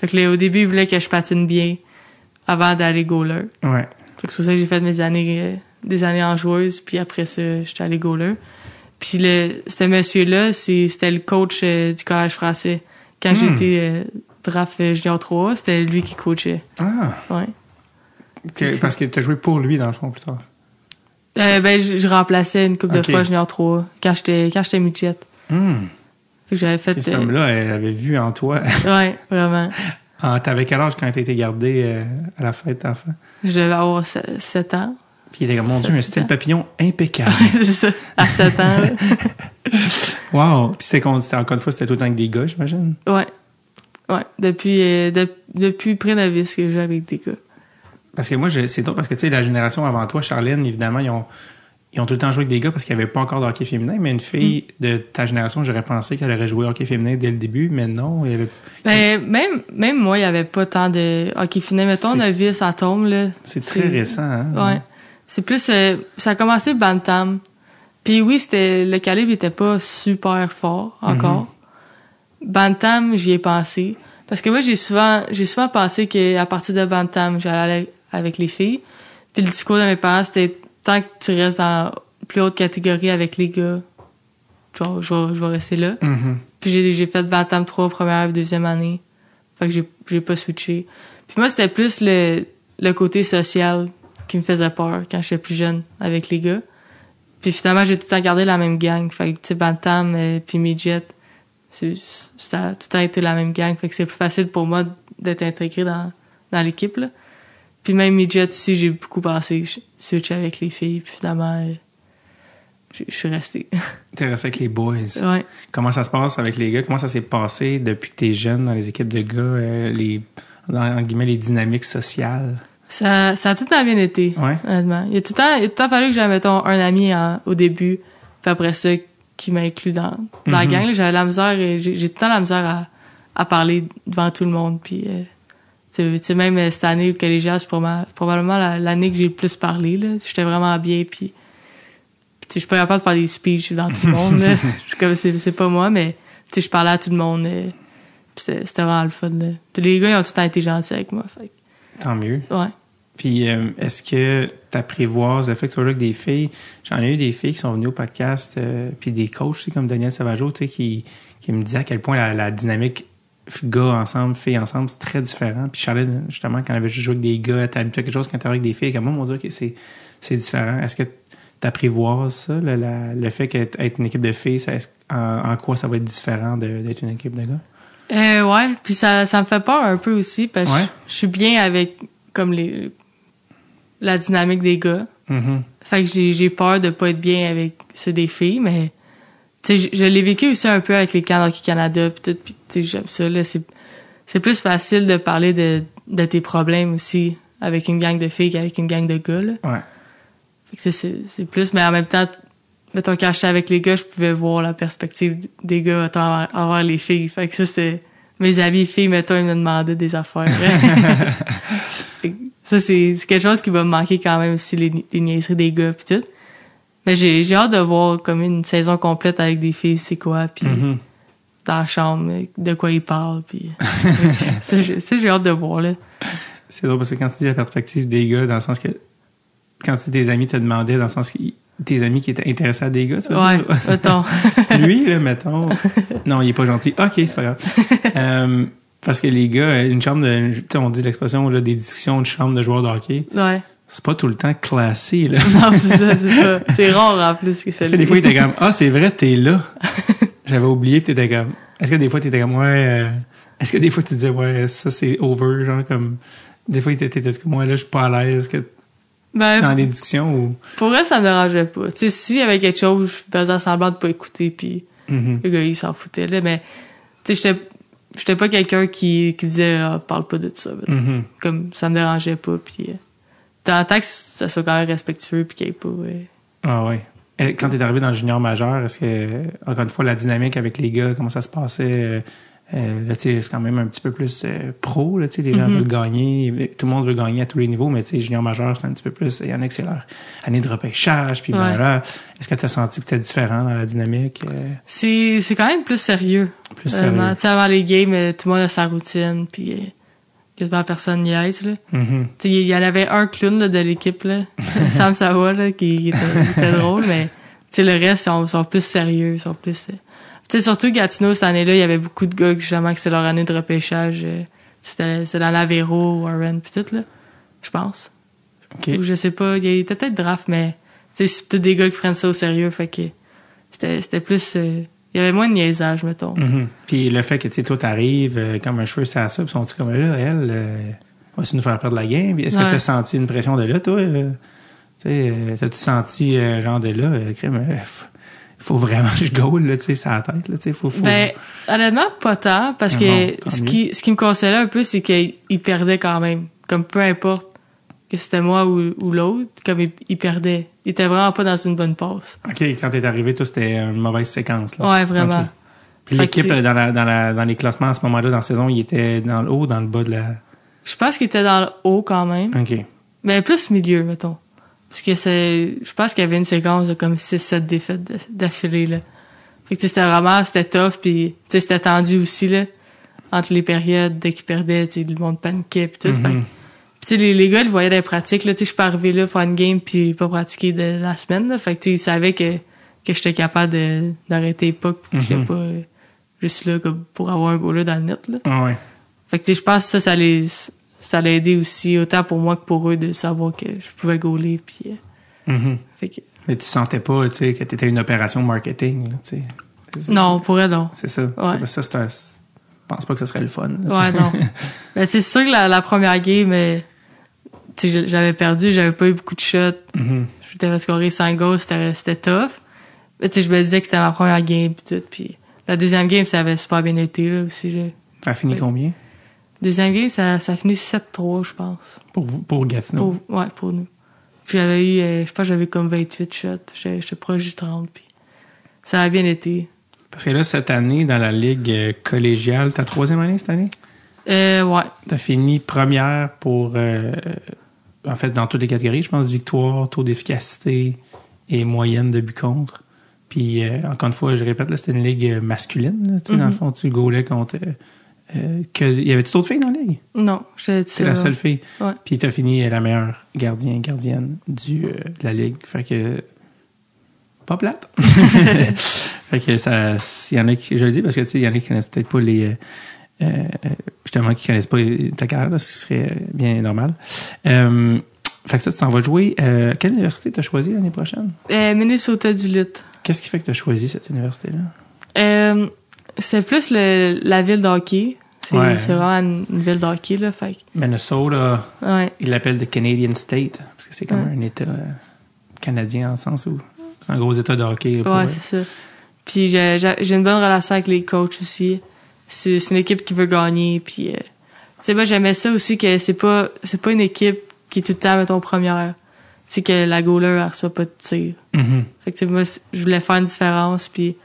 [SPEAKER 3] Fait que là au début, ils voulaient que je patine bien avant d'aller goaler.
[SPEAKER 1] Ouais.
[SPEAKER 3] Fait que c'est pour ça que j'ai fait mes années, euh, des années en joueuse, puis après ça, j'étais allée goaler. Puis le, ce monsieur-là, c'est- c'était le coach euh, du collège français. Quand
[SPEAKER 1] Hmm.
[SPEAKER 3] j'étais euh, draft euh, junior 3, c'était lui qui coachait.
[SPEAKER 1] Ah,
[SPEAKER 3] Ouais.
[SPEAKER 1] Que- parce que t'as joué pour lui, dans le fond, plus tard.
[SPEAKER 3] Euh, ben, je, je remplaçais une coupe
[SPEAKER 1] Ok.
[SPEAKER 3] de fois Junior 3 quand j'étais quand j'étais midget.
[SPEAKER 1] Hmm.
[SPEAKER 3] Fait que j'avais fait.
[SPEAKER 1] Cet
[SPEAKER 3] euh,
[SPEAKER 1] homme-là, elle avait vu en toi. *laughs*
[SPEAKER 3] ouais, vraiment.
[SPEAKER 1] En- T'avais quel âge quand t'as été gardé euh, à la fête d'enfant?
[SPEAKER 3] Je devais avoir 7 ans. *laughs*
[SPEAKER 1] Puis il était comme, mon Dieu, un
[SPEAKER 3] Sept
[SPEAKER 1] style
[SPEAKER 3] ans.
[SPEAKER 1] papillon impeccable.
[SPEAKER 3] *laughs* c'est ça. À 7 ans. là.
[SPEAKER 1] wow! Puis c'était con- c'était- encore une fois, c'était tout le temps avec des gars, j'imagine.
[SPEAKER 3] Ouais. Ouais. Depuis, euh, de- depuis pré-novice que j'ai avec des gars.
[SPEAKER 1] Parce que moi, je- c'est drôle, parce que tu sais, la génération avant toi, Charlène, évidemment, ils ont, ils ont tout le temps joué avec des gars parce qu'il n'y avait pas encore de hockey féminin, mais une fille
[SPEAKER 3] Mm.
[SPEAKER 1] de ta génération, j'aurais pensé qu'elle aurait joué au hockey féminin dès le début, mais non, il y avait.
[SPEAKER 3] Ben, même, même moi, il n'y avait pas tant de. Ok, finalement, mettons,
[SPEAKER 1] C'est-
[SPEAKER 3] novice à tombe, là.
[SPEAKER 1] C'est très récent, hein?
[SPEAKER 3] Ouais. C'est plus. euh, ça a commencé Bantam. Puis oui, c'était le calibre était pas super fort encore.
[SPEAKER 1] Mhm.
[SPEAKER 3] Bantam, j'y ai pensé. Parce que moi, j'ai souvent, j'ai souvent pensé qu'à partir de Bantam, j'allais aller avec les filles. Puis le discours de mes parents, c'était tant que tu restes dans plus haute catégorie avec les gars, genre, je vais, je vais rester là.
[SPEAKER 1] Mhm.
[SPEAKER 3] Puis j'ai, j'ai fait Bantam 3 première et deuxième année. Fait que j'ai, j'ai pas switché. Puis moi, c'était plus le, le côté social qui me faisait peur quand j'étais plus jeune avec les gars. Puis finalement, j'ai tout le temps gardé la même gang. Fait que, tu sais, Bantam et puis Midget, c'est, c'est- ça a tout le temps été la même gang. Fait que c'est plus facile pour moi d'être intégré dans, dans l'équipe, là. Puis même Midget aussi, j'ai beaucoup passé switch avec les filles. Puis finalement, euh, je je suis restée. *laughs*
[SPEAKER 1] T'es resté avec les boys.
[SPEAKER 3] ouais.
[SPEAKER 1] Comment ça se passe avec les gars? Comment ça s'est passé depuis que t'es jeune dans les équipes de gars, euh, les, dans- en guillemets, les dynamiques sociales?
[SPEAKER 3] Ça, ça a tout le temps bien été,
[SPEAKER 1] Ouais.
[SPEAKER 3] honnêtement. Il a tout le temps, il a tout le temps fallu que j'aille, mettons, un ami en- au début, puis après ça, qui m'a inclus dans, dans la
[SPEAKER 1] Mhm.
[SPEAKER 3] gang. là. J'avais la misère, euh, j'ai j'ai tout le temps la misère à, à parler devant tout le monde. Puis, euh, tu tu sais, même euh, cette année au collégial, c'est proba- probablement la- l'année que j'ai le plus parlé. là. J'étais vraiment bien, puis, puis tu sais, je suis pas capable de faire des speeches
[SPEAKER 1] *laughs*
[SPEAKER 3] devant tout le monde. là. Je suis comme, c'est c'est pas moi, mais tu sais, je parlais à tout le monde. euh, puis C'était c'était vraiment le fun. là. Les gars, ils ont tout le temps été gentils avec moi. Fait,
[SPEAKER 1] Tant mieux.
[SPEAKER 3] que, ouais.
[SPEAKER 1] Puis, euh, est-ce que t'apprévoises le fait que tu vas jouer avec des filles? J'en ai eu des filles qui sont venues au podcast, euh, puis des coachs, tu sais, comme Daniel Savageau, tu sais, qui, qui me disait à quel point la, la dynamique f- gars ensemble, filles ensemble, c'est très différent. Puis Charlène, justement, quand elle avait juste joué avec des gars, t'es habitué à quelque chose quand t'es avec des filles, comme moi, mon Dieu, ok, c'est, c'est différent. Est-ce que t'apprévoises ça, le, la- le fait qu'être être une équipe de filles, ça, est-ce- en, en quoi ça va être différent de- d'être une équipe de gars?
[SPEAKER 3] Euh, ouais, puis ça, ça me fait peur un peu aussi parce que
[SPEAKER 1] Ouais.
[SPEAKER 3] je, je suis bien avec comme les la dynamique des gars.
[SPEAKER 1] Mhm.
[SPEAKER 3] Fait que j'ai, j'ai peur de pas être bien avec ceux des filles, mais tu sais, je, je l'ai vécu aussi un peu avec les camps Hockey Canada puis tout, puis tu sais, j'aime ça là, c'est c'est plus facile de parler de de tes problèmes aussi avec une gang de filles qu'avec une gang de gars. Là.
[SPEAKER 1] Ouais.
[SPEAKER 3] Fait que c'est- c'est c'est plus, mais en même temps, mettons, quand j'étais avec les gars, je pouvais voir la perspective des gars à travers- envers, les filles. Fait que ça, c'était... Mes amis filles, mettons, ils me demandaient des affaires. Fait que ça, c'est c'est quelque chose qui va me manquer quand même aussi, les, ni- les niaiseries des gars pis tout. Mais j'ai j'ai hâte de voir comme une saison complète avec des filles, c'est quoi, puis
[SPEAKER 1] Mhm.
[SPEAKER 3] dans la chambre, de quoi ils parlent, puis ça, j'ai ça, j'ai hâte de voir, là.
[SPEAKER 1] C'est drôle parce que quand tu dis la perspective des gars, dans le sens que quand tu- tes amis te demandaient, dans le sens que tes amis qui étaient intéressés à des gars, tu vas
[SPEAKER 3] Ouais,
[SPEAKER 1] dire,
[SPEAKER 3] mettons.
[SPEAKER 1] *laughs* lui, là, mettons. Non, il est pas gentil. OK, c'est pas grave.
[SPEAKER 3] *laughs*
[SPEAKER 1] Euh, parce que les gars, euh, une chambre de. tu sais, on dit l'expression là, des discussions de chambre de joueurs de hockey,
[SPEAKER 3] Ouais.
[SPEAKER 1] c'est pas tout le temps classé. Là. *laughs*
[SPEAKER 3] Non, c'est ça, c'est pas... C'est rare, en plus, que ça
[SPEAKER 1] Est-ce que des fois, il était comme Ah, c'est vrai, t'es
[SPEAKER 3] *laughs*
[SPEAKER 1] là. J'avais oublié, puis t'étais comme. Est-ce que des fois, t'étais comme Ouais. euh, Est-ce que des fois, tu disais Ouais, ça, c'est over, genre comme. Des fois, il était- t'étais comme Ouais, là, je suis pas à l'aise. que-
[SPEAKER 3] Ben,
[SPEAKER 1] Dans les discussions ou.
[SPEAKER 3] Pour elle, ça me dérangeait pas. Tu sais, s'il y avait quelque chose, je faisais semblant de pas écouter, puis
[SPEAKER 1] Mhm.
[SPEAKER 3] le gars, il s'en foutait, là. Mais, tu sais, j'étais- j'étais pas quelqu'un qui, qui disait, ah, parle pas de ça. mettons.
[SPEAKER 1] Mhm.
[SPEAKER 3] Comme, ça me dérangeait pas, puis euh, t'entends que ça soit quand même respectueux, puis qu'il y ait pas, ouais.
[SPEAKER 1] Ah ouais. Et quand t'es arrivé dans le junior majeur, est-ce que, encore une fois, la dynamique avec les gars, comment ça se passait? euh, euh, là, tu sais, c'est quand même un petit peu plus euh, pro, là, tu sais, les gens
[SPEAKER 3] Mhm.
[SPEAKER 1] veulent gagner, tout le monde veut gagner à tous les niveaux, mais tu sais, junior majeur, c'est un petit peu plus, il y en a que c'est leur année de repêchage, puis ben
[SPEAKER 3] Ouais.
[SPEAKER 1] là, est-ce que t'as senti que c'était différent dans la dynamique? euh,
[SPEAKER 3] C'est, c'est quand même plus sérieux.
[SPEAKER 1] plus euh,
[SPEAKER 3] Vraiment.
[SPEAKER 1] sérieux?
[SPEAKER 3] Tu sais, avant les games, euh, tout le monde a sa routine, puis euh, quasiment personne n'y aise, là.
[SPEAKER 1] Mhm.
[SPEAKER 3] Tu sais, il y en avait un clown là, de l'équipe, là, *laughs* Sam Savoie, là, qui, qui était, qui était drôle, mais tu sais, le reste, ils sont, sont plus sérieux, ils sont plus... euh, Tu sais, surtout Gatineau, cette année-là, il y avait beaucoup de gars, justement, que c'est leur année de repêchage. euh, C'était c'était dans l'Aveiro, Warren, puis tout, là, je pense.
[SPEAKER 1] OK.
[SPEAKER 3] Ou je sais pas, il était peut-être draft, mais tu sais, c'est tous des gars qui prennent ça au sérieux, fait que c'était c'était plus. euh, il y avait moins de niaisage, mettons.
[SPEAKER 1] Mhm. Puis le fait que, tu sais, toi, t'arrives euh, comme un cheveu, ça ça, puis sont-tu comme là, elle, euh, va-tu nous faire perdre la game? Puis Est-ce que
[SPEAKER 3] Ouais.
[SPEAKER 1] t'as senti une pression de là, toi? euh? Tu sais, euh, t'as-tu senti, euh, genre, de là, euh, crime, euh, f- faut vraiment que je goal, là, tu sais, ça la tête, là, tu sais, faut, faut...
[SPEAKER 3] Ben, honnêtement, pas tant, parce que
[SPEAKER 1] Ah Non, tant
[SPEAKER 3] ce,
[SPEAKER 1] mieux.
[SPEAKER 3] qui, ce qui me consolait un peu, c'est qu'il il perdait quand même. Comme peu importe que c'était moi ou, ou l'autre, comme il, il perdait. Il était vraiment pas dans une bonne passe.
[SPEAKER 1] OK, quand t'es arrivé, toi, c'était une mauvaise séquence, là.
[SPEAKER 3] Ouais, vraiment.
[SPEAKER 1] Ah, OK. Puis
[SPEAKER 3] Fait que,
[SPEAKER 1] l'équipe,
[SPEAKER 3] tu sais-
[SPEAKER 1] euh, dans, la, dans, la, dans les classements, à ce moment-là, dans la saison, il était dans le haut, dans le bas de la...
[SPEAKER 3] Je pense qu'il était dans le haut quand même,
[SPEAKER 1] OK.
[SPEAKER 3] mais plus milieu, mettons. Parce que c'est. Je pense qu'il y avait une séquence de comme 6-7 défaites d- d'affilée, là. Fait que tu sais, c'était vraiment, c'était tough, puis tu sais, c'était tendu aussi, là. Entre les périodes, dès qu'il perdait, tu sais, le monde paniquait, puis tout. Fait que
[SPEAKER 1] Mhm.
[SPEAKER 3] Puis, tu sais, les, les gars, ils le voyaient dans les pratiques, là, tu sais, je suis pas arrivé là faire une game puis pas pratiquer de la semaine, là. Fait que, tu sais, ils savaient que, que j'étais capable de- d'arrêter les pucks pis que j'étais
[SPEAKER 1] Mhm.
[SPEAKER 3] pas euh, juste là comme pour avoir un goal dans le net, là.
[SPEAKER 1] Ah ouais.
[SPEAKER 3] Fait que, tu sais, je pense que ça, ça les, ça l'a aidé aussi, autant pour moi que pour eux, de savoir que je pouvais gauler puis euh,
[SPEAKER 1] Mhm.
[SPEAKER 3] fait que,
[SPEAKER 1] Mais tu sentais pas, tu sais, que t'étais une opération marketing, là, tu sais. C'est ça.
[SPEAKER 3] non, on pourrait non.
[SPEAKER 1] C'est ça. Ça, ça, c'est un- Je pense pas que ce serait le fun. là.
[SPEAKER 3] Ouais,
[SPEAKER 1] *laughs*
[SPEAKER 3] non. Mais tu sais, c'est sûr que la, la première game, euh, tu sais, j'avais perdu, j'avais pas eu beaucoup de shots.
[SPEAKER 1] Mhm.
[SPEAKER 3] je devais scorer 5 goals, c'était c'était tough. Mais tu sais, je me disais que c'était ma première game puis tout. Puis la deuxième game, ça avait super bien été là aussi. Là.
[SPEAKER 1] T'as fini
[SPEAKER 3] Oui.
[SPEAKER 1] combien
[SPEAKER 3] Deuxième game, ça, ça finit 7-3, je pense.
[SPEAKER 1] pour, vous- pour Gatineau?
[SPEAKER 3] Pour, ouais, pour nous. Puis J'avais eu, euh, je pense, que j'avais comme 28 shots. J'étais j'étais proche du 30. Puis ça a bien été.
[SPEAKER 1] Parce que là, cette année, dans la ligue euh, collégiale, ta troisième année cette année,
[SPEAKER 3] Euh, ouais,
[SPEAKER 1] t'as fini première pour, euh, en fait, dans toutes les catégories, je pense, victoire, taux d'efficacité et moyenne de but contre. Puis, euh, encore une fois, je répète, là, c'était une ligue euh, masculine. là, tu sais, Dans le
[SPEAKER 3] Mhm.
[SPEAKER 1] fond, tu gaulais contre... euh, euh, que, y avait-tu d'autres filles dans la ligue?
[SPEAKER 3] non, j'étais toute
[SPEAKER 1] C'est la seule
[SPEAKER 3] seule.
[SPEAKER 1] fille.
[SPEAKER 3] Ouais.
[SPEAKER 1] Puis t'as fini la meilleure gardien, gardienne du, euh, de la ligue. Fait que. Pas plate.
[SPEAKER 3] *laughs*
[SPEAKER 1] fait que ça. s'il y en a qui. Je le dis parce que, tu sais, il y en a qui connaissent peut-être pas les. euh, euh, justement, qui connaissent pas ta carrière, là, ce qui serait euh, bien normal. Euh, fait que ça, tu t'en vas jouer. Euh, quelle université t'as choisi l'année prochaine?
[SPEAKER 3] Euh, Minnesota du Lutte.
[SPEAKER 1] Qu'est-ce qui fait que t'as choisi cette université-là?
[SPEAKER 3] Euh, c'est plus le, la ville d'hockey. C'est
[SPEAKER 1] Ouais.
[SPEAKER 3] c'est vraiment une, une ville d'hockey, là. Fait que-
[SPEAKER 1] Minnesota,
[SPEAKER 3] ouais.
[SPEAKER 1] ils l'appellent the Canadian State, parce que c'est comme
[SPEAKER 3] Ouais.
[SPEAKER 1] un État euh, canadien en le sens où. c'est Un gros État de hockey. là, pour, euh,
[SPEAKER 3] Ouais, c'est ça. Puis j'ai- j'ai j'ai une bonne relation avec les coachs aussi. C'est c'est une équipe qui veut gagner. Puis, euh, tu sais, moi, j'aimais ça aussi que c'est pas, c'est pas une équipe qui est tout le temps, mettons, première. Tu sais, que la goaler, elle reçoit pas de tir.
[SPEAKER 1] Mhm.
[SPEAKER 3] Fait que, tu sais, moi, c- je voulais faire une différence. Puis,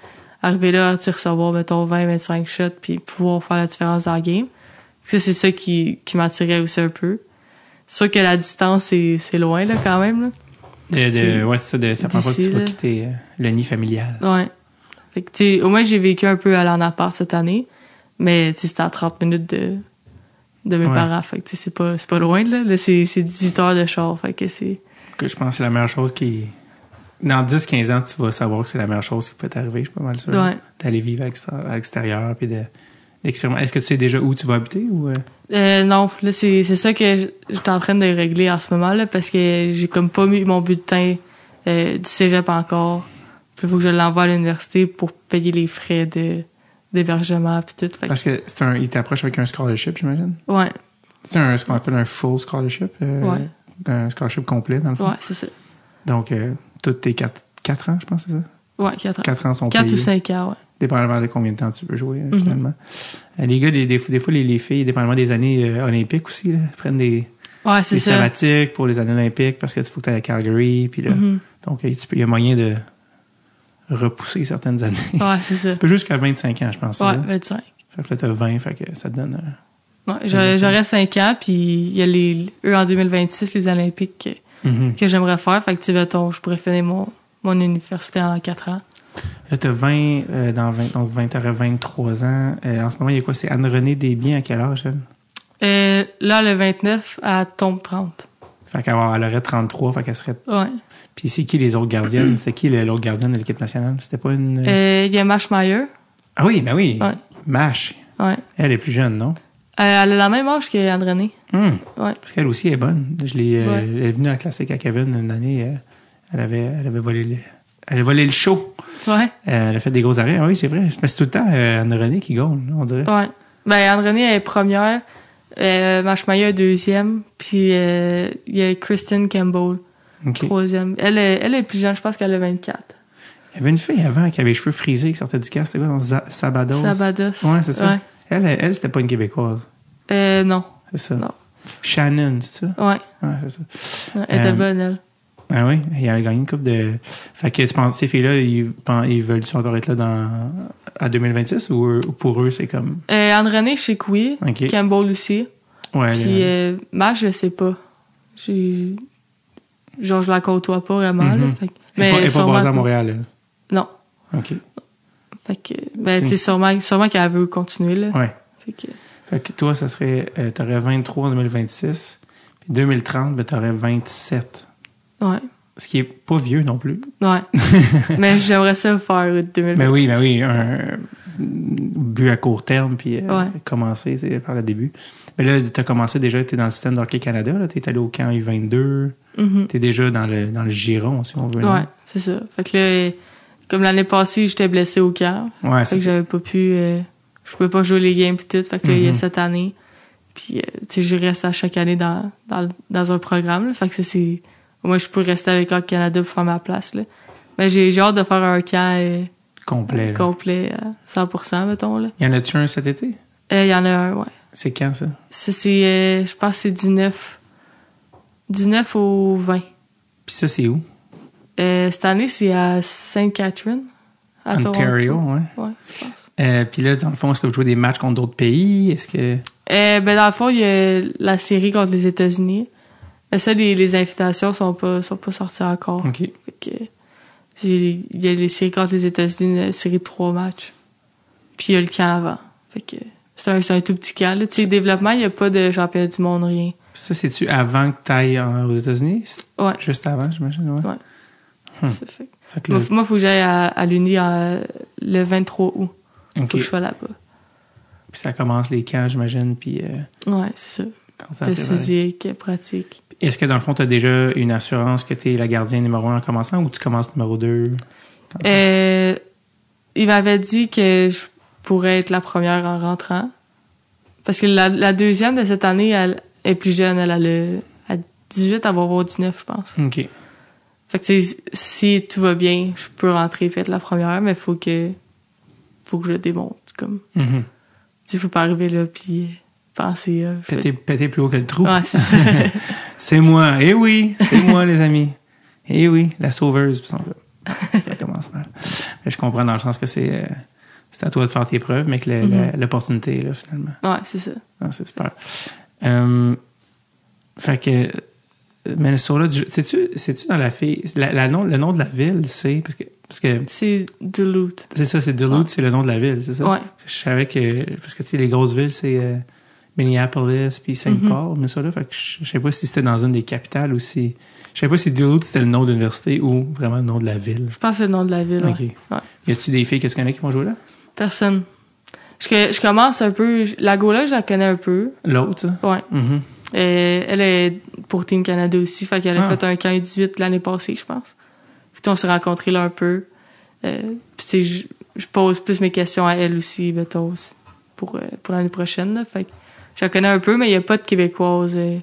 [SPEAKER 3] arriver là, tu sais, recevoir, mettons, 20, 25 shots. Puis, pouvoir faire la différence dans la game. Fait que ça, c'est ça qui, qui m'attirait aussi un peu. C'est sûr que la distance, c'est c'est loin, là, quand même, là.
[SPEAKER 1] De- de-
[SPEAKER 3] C'est-
[SPEAKER 1] ouais, c'est ça, de, c'est la première fois que tu
[SPEAKER 3] d'ici,
[SPEAKER 1] vas
[SPEAKER 3] là.
[SPEAKER 1] quitter euh, le nid familial.
[SPEAKER 3] Ouais. Fait que, tu sais, au moins, j'ai vécu un peu à en appart cette année. Mais, tu sais, c'était à 30 minutes de, de mes
[SPEAKER 1] Ouais.
[SPEAKER 3] parents. Fait que, tu sais, c'est pas, c'est pas loin, là. Là, c'est, c'est 18 heures de char. Fait que c'est.
[SPEAKER 1] Que je pense que c'est la meilleure chose qui. Dans 10-15 ans, tu vas savoir que c'est la meilleure chose qui peut t'arriver, je suis pas mal sûr.
[SPEAKER 3] Ouais.
[SPEAKER 1] D'aller vivre à l'extra- à l'extérieur puis de- d'expérimenter. Est-ce que tu sais déjà où tu vas habiter ou. euh?
[SPEAKER 3] Euh, non, là, c'est, c'est ça que j- j'étais en train de régler en ce moment, là, parce que j'ai comme pas mis mon bulletin euh, du cégep encore. Puis, il faut que je l'envoie à l'université pour payer les frais de, d'hébergement, puis tout. Fait que,
[SPEAKER 1] Parce que c'est un. Il t'approche avec un scholarship, j'imagine.
[SPEAKER 3] ouais,
[SPEAKER 1] C'est un, ce qu'on appelle un full scholarship. euh,
[SPEAKER 3] Ouais.
[SPEAKER 1] Un scholarship complet, dans le fond.
[SPEAKER 3] ouais, c'est ça.
[SPEAKER 1] Donc, euh, toutes tes 4, ans, je pense, c'est ça?
[SPEAKER 3] Ouais, 4 ans.
[SPEAKER 1] 4 ans sont
[SPEAKER 3] 4 ou
[SPEAKER 1] payés.
[SPEAKER 3] 5 ans, ouais.
[SPEAKER 1] dépendamment de combien de temps tu veux jouer,
[SPEAKER 3] Mhm.
[SPEAKER 1] euh, finalement. Euh, Les gars, les- des, fois- des fois, les, les filles, dépendamment des années euh, olympiques aussi, là, prennent des,
[SPEAKER 3] Ouais, c'est
[SPEAKER 1] des
[SPEAKER 3] ça.
[SPEAKER 1] sabbatiques pour les années olympiques parce que tu faut que tu à Calgary. Puis là,
[SPEAKER 3] Mhm.
[SPEAKER 1] Donc, euh, tu peux- il y a moyen de repousser certaines *laughs* années.
[SPEAKER 3] Ouais, c'est ça.
[SPEAKER 1] Tu peux jusqu'à 25 ans, je pense. c'est
[SPEAKER 3] Ouais,
[SPEAKER 1] ça?
[SPEAKER 3] 25.
[SPEAKER 1] Fait que là, t'as 20, fait que ça te donne... euh,
[SPEAKER 3] Ouais, j'aurais- j'aurais 5 ans, puis il y a les, eux en 2026, les Olympiques que,
[SPEAKER 1] Mhm.
[SPEAKER 3] que j'aimerais faire. Fait que, tu sais, mettons, je pourrais finir mon, mon université en 4 ans.
[SPEAKER 1] Là, t'as 20, euh, dans 20, donc 20, t'aurais 23 ans. Euh, en ce moment, il y a quoi? C'est Anne-Renée Desbiens à quel âge, elle?
[SPEAKER 3] Euh, là, le 29, elle tombe 30.
[SPEAKER 1] Fait qu'elle va- elle aurait 33, fait qu'elle serait...
[SPEAKER 3] Ouais.
[SPEAKER 1] Puis c'est qui les autres
[SPEAKER 3] *clears throat*
[SPEAKER 1] gardiennes? C'était qui le- l'autre gardienne de l'équipe nationale? C'était pas une...
[SPEAKER 3] Euh, Il y a Mash Meyer.
[SPEAKER 1] Ah oui, ben oui.
[SPEAKER 3] Ouais.
[SPEAKER 1] Mash.
[SPEAKER 3] Ouais.
[SPEAKER 1] Elle est plus jeune, non?
[SPEAKER 3] Euh, elle a la même âge qu'Andrené.
[SPEAKER 1] Hum.
[SPEAKER 3] Ouais.
[SPEAKER 1] Parce qu'elle aussi est bonne. Je l'ai, euh,
[SPEAKER 3] Ouais.
[SPEAKER 1] Elle est venue à la classique à Kevin une année. euh, elle, avait, elle avait volé le, elle a volé le show.
[SPEAKER 3] Ouais.
[SPEAKER 1] Euh, elle a fait des gros arrêts. Ah oui, c'est vrai. Mais c'est tout le temps euh, Anne-Renée qui gagne, on dirait.
[SPEAKER 3] Ouais. Ben, Andrené est première, euh, Marshmaya est deuxième, puis euh, il y a Kristen Campbell,
[SPEAKER 1] Ok.
[SPEAKER 3] troisième. Elle est, elle est plus jeune, je pense qu'elle a 24.
[SPEAKER 1] Il y avait une fille avant qui avait les cheveux frisés, qui sortait du casque. C'était quoi, son Za- Sabados?
[SPEAKER 3] Sabados.
[SPEAKER 1] Ouais, c'est ça. Elle, elle, c'était pas une Québécoise.
[SPEAKER 3] Euh, non.
[SPEAKER 1] C'est ça.
[SPEAKER 3] Non.
[SPEAKER 1] Shannon, c'est ça?
[SPEAKER 3] Ouais.
[SPEAKER 1] Ouais, c'est ça.
[SPEAKER 3] Non, Elle était
[SPEAKER 1] Euh,
[SPEAKER 3] bonne, elle.
[SPEAKER 1] Ah oui, elle a gagné une coupe de. Fait que tu penses, ces filles-là, ils, pen- ils veulent encore être là dans, à 2026 ou, eux- ou pour eux, c'est comme.
[SPEAKER 3] Euh, Andrené, je sais que oui.
[SPEAKER 1] Ok.
[SPEAKER 3] Campbell aussi.
[SPEAKER 1] Ouais,
[SPEAKER 3] Puis,
[SPEAKER 1] euh,
[SPEAKER 3] euh, Marsh, je sais pas. J'ai. Genre, je la côtoie pas vraiment, là.
[SPEAKER 1] Mhm.
[SPEAKER 3] Fait... que-
[SPEAKER 1] elle est pas- elle est pas
[SPEAKER 3] sûrement
[SPEAKER 1] basée à
[SPEAKER 3] que-
[SPEAKER 1] Montréal, elle.
[SPEAKER 3] Non.
[SPEAKER 1] OK.
[SPEAKER 3] Fait que,
[SPEAKER 1] C'est
[SPEAKER 3] ben, tu
[SPEAKER 1] une-
[SPEAKER 3] sais, sûrement, sûrement qu'elle veut continuer, là.
[SPEAKER 1] Ouais.
[SPEAKER 3] Fait que,
[SPEAKER 1] Fait que toi, ça serait. euh, t'aurais 23 en 2026. Puis 2030, ben, t'aurais 27.
[SPEAKER 3] ouais.
[SPEAKER 1] Ce qui est pas vieux non plus. *laughs*
[SPEAKER 3] Ouais. mais j'aimerais ça faire 2026.
[SPEAKER 1] Mais Ben oui, mais oui, un but à court terme, puis euh,
[SPEAKER 3] Ouais.
[SPEAKER 1] commencer c'est par le début. Mais là, tu as commencé déjà, tu es dans le système d'Hockey Canada, tu es allé au camp U22,
[SPEAKER 3] Mhm.
[SPEAKER 1] tu es déjà dans le, dans le giron, si on veut. non?
[SPEAKER 3] Ouais, c'est ça. Fait que là, comme l'année passée, j'étais blessée au cœur.
[SPEAKER 1] Ouais,
[SPEAKER 3] Fait
[SPEAKER 1] c'est
[SPEAKER 3] que
[SPEAKER 1] ça.
[SPEAKER 3] j'avais pas pu. euh, je pouvais pas jouer les games pis tout. Fait que là, il
[SPEAKER 1] Mhm.
[SPEAKER 3] y a cette année. Puis, euh, tu sais, je reste à chaque année dans, dans, le- dans un programme. là. Fait que ça, c'est. Au moins, je peux rester avec Hockey Canada pour faire ma place, là. Mais j'ai j'ai hâte de faire un camp euh,
[SPEAKER 1] complet. là.
[SPEAKER 3] complet euh, à 100%, mettons, là.
[SPEAKER 1] Il y en a-tu un cet été?
[SPEAKER 3] Euh, Il y en a un, ouais.
[SPEAKER 1] C'est quand ça?
[SPEAKER 3] Ça, c'est. euh, je pense que c'est du 9. Du 9 au 20.
[SPEAKER 1] Puis ça, c'est où?
[SPEAKER 3] Euh, cette année, c'est à Sainte Catherine, à
[SPEAKER 1] Ontario,
[SPEAKER 3] Toronto.
[SPEAKER 1] ouais.
[SPEAKER 3] Ouais, je pense.
[SPEAKER 1] Euh, puis là, dans le fond, est-ce que vous jouez des matchs contre d'autres pays? Est-ce que.
[SPEAKER 3] Euh, ben, dans le fond, il y a la série contre les États-Unis. Mais ça, les, les invitations sont pas, sont pas sorties encore.
[SPEAKER 1] OK.
[SPEAKER 3] Fait que, j'ai- il y a les séries contre les États-Unis, une série de trois matchs. Puis il y a le camp avant. Fait que c'est un, c'est un tout petit camp. là. Tu sais, développement, il n'y a pas de championnat du monde, rien.
[SPEAKER 1] Ça, c'est-tu avant que tu ailles aux États-Unis? C'est-
[SPEAKER 3] Ouais.
[SPEAKER 1] Juste avant, j'imagine, ouais.
[SPEAKER 3] Ouais. Ça fait que-
[SPEAKER 1] Fait que
[SPEAKER 3] Moi,
[SPEAKER 1] là-
[SPEAKER 3] f- Moi, il faut que j'aille à, à l'Uni euh, le 23 août.
[SPEAKER 1] OK.
[SPEAKER 3] Faut que je sois là-bas.
[SPEAKER 1] Puis ça commence les camps, j'imagine, puis. euh,
[SPEAKER 3] Ouais, c'est ça.
[SPEAKER 1] quand ça
[SPEAKER 3] de
[SPEAKER 1] arrive, ouais.
[SPEAKER 3] physique, pratique.
[SPEAKER 1] Est-ce que dans le fond, tu as déjà une assurance que tu es la gardienne numéro 1 en commençant ou tu commences numéro 2?
[SPEAKER 3] Euh, il m'avait dit que je pourrais être la première en rentrant. Parce que la, la deuxième de cette année, elle est plus jeune. Elle a le à 18, elle va avoir 19, je pense.
[SPEAKER 1] OK.
[SPEAKER 3] Fait que tu sais, si tout va bien, je peux rentrer et être la première, mais faut que faut que je démonte. Comme.
[SPEAKER 1] Mhm.
[SPEAKER 3] Tu sais, je peux pas arriver là puis penser. euh, je vais-
[SPEAKER 1] Péter, péter plus haut que le trou.
[SPEAKER 3] Ouais, c'est ça. *laughs*
[SPEAKER 1] C'est moi. Eh oui, c'est moi, les amis. Eh oui, la sauveuse. Puis ils sont là. Ça commence mal. Mais je comprends dans le sens que c'est euh, c'est à toi de faire tes preuves, mais que le- la-
[SPEAKER 3] Mm-hmm.
[SPEAKER 1] l'opportunité est là, finalement.
[SPEAKER 3] ouais, c'est ça.
[SPEAKER 1] Ah, c'est super. Euh, fait que Minnesota, du- sais-tu sais-tu dans la fille, la, la nom, le nom de la ville, c'est parce que parce que
[SPEAKER 3] C'est Duluth.
[SPEAKER 1] c'est ça, c'est Duluth,
[SPEAKER 3] Ah.
[SPEAKER 1] c'est le nom de la ville, c'est ça.
[SPEAKER 3] Ouais.
[SPEAKER 1] Je savais que parce que tu sais les grosses villes c'est euh, Minneapolis puis Saint
[SPEAKER 3] Mhm.
[SPEAKER 1] Paul, Minnesota. Fait que je je sais pas si c'était dans une des capitales ou si je sais pas si Duluth c'était le nom de l'université ou vraiment le nom de la ville.
[SPEAKER 3] Je pense que c'est le nom de la ville. ouais.
[SPEAKER 1] Ok.
[SPEAKER 3] Ouais.
[SPEAKER 1] Y a-tu des filles que tu connais qui vont jouer là
[SPEAKER 3] Personne. Je, que- je commence un peu. La Gola, je la connais un peu.
[SPEAKER 1] L'autre. ça?
[SPEAKER 3] Ouais.
[SPEAKER 1] Mhm.
[SPEAKER 3] Euh, elle est pour Team Canada aussi. Fait qu'elle a
[SPEAKER 1] Ah.
[SPEAKER 3] fait un camp U18 l'année passée, je pense. Puis on s'est rencontrés là un peu. Euh, puis tu sais, je- je pose plus mes questions à elle aussi, mettons, pour, euh, pour l'année prochaine. Là. Fait que je la connais un peu, mais il n'y a pas de Québécoise. euh.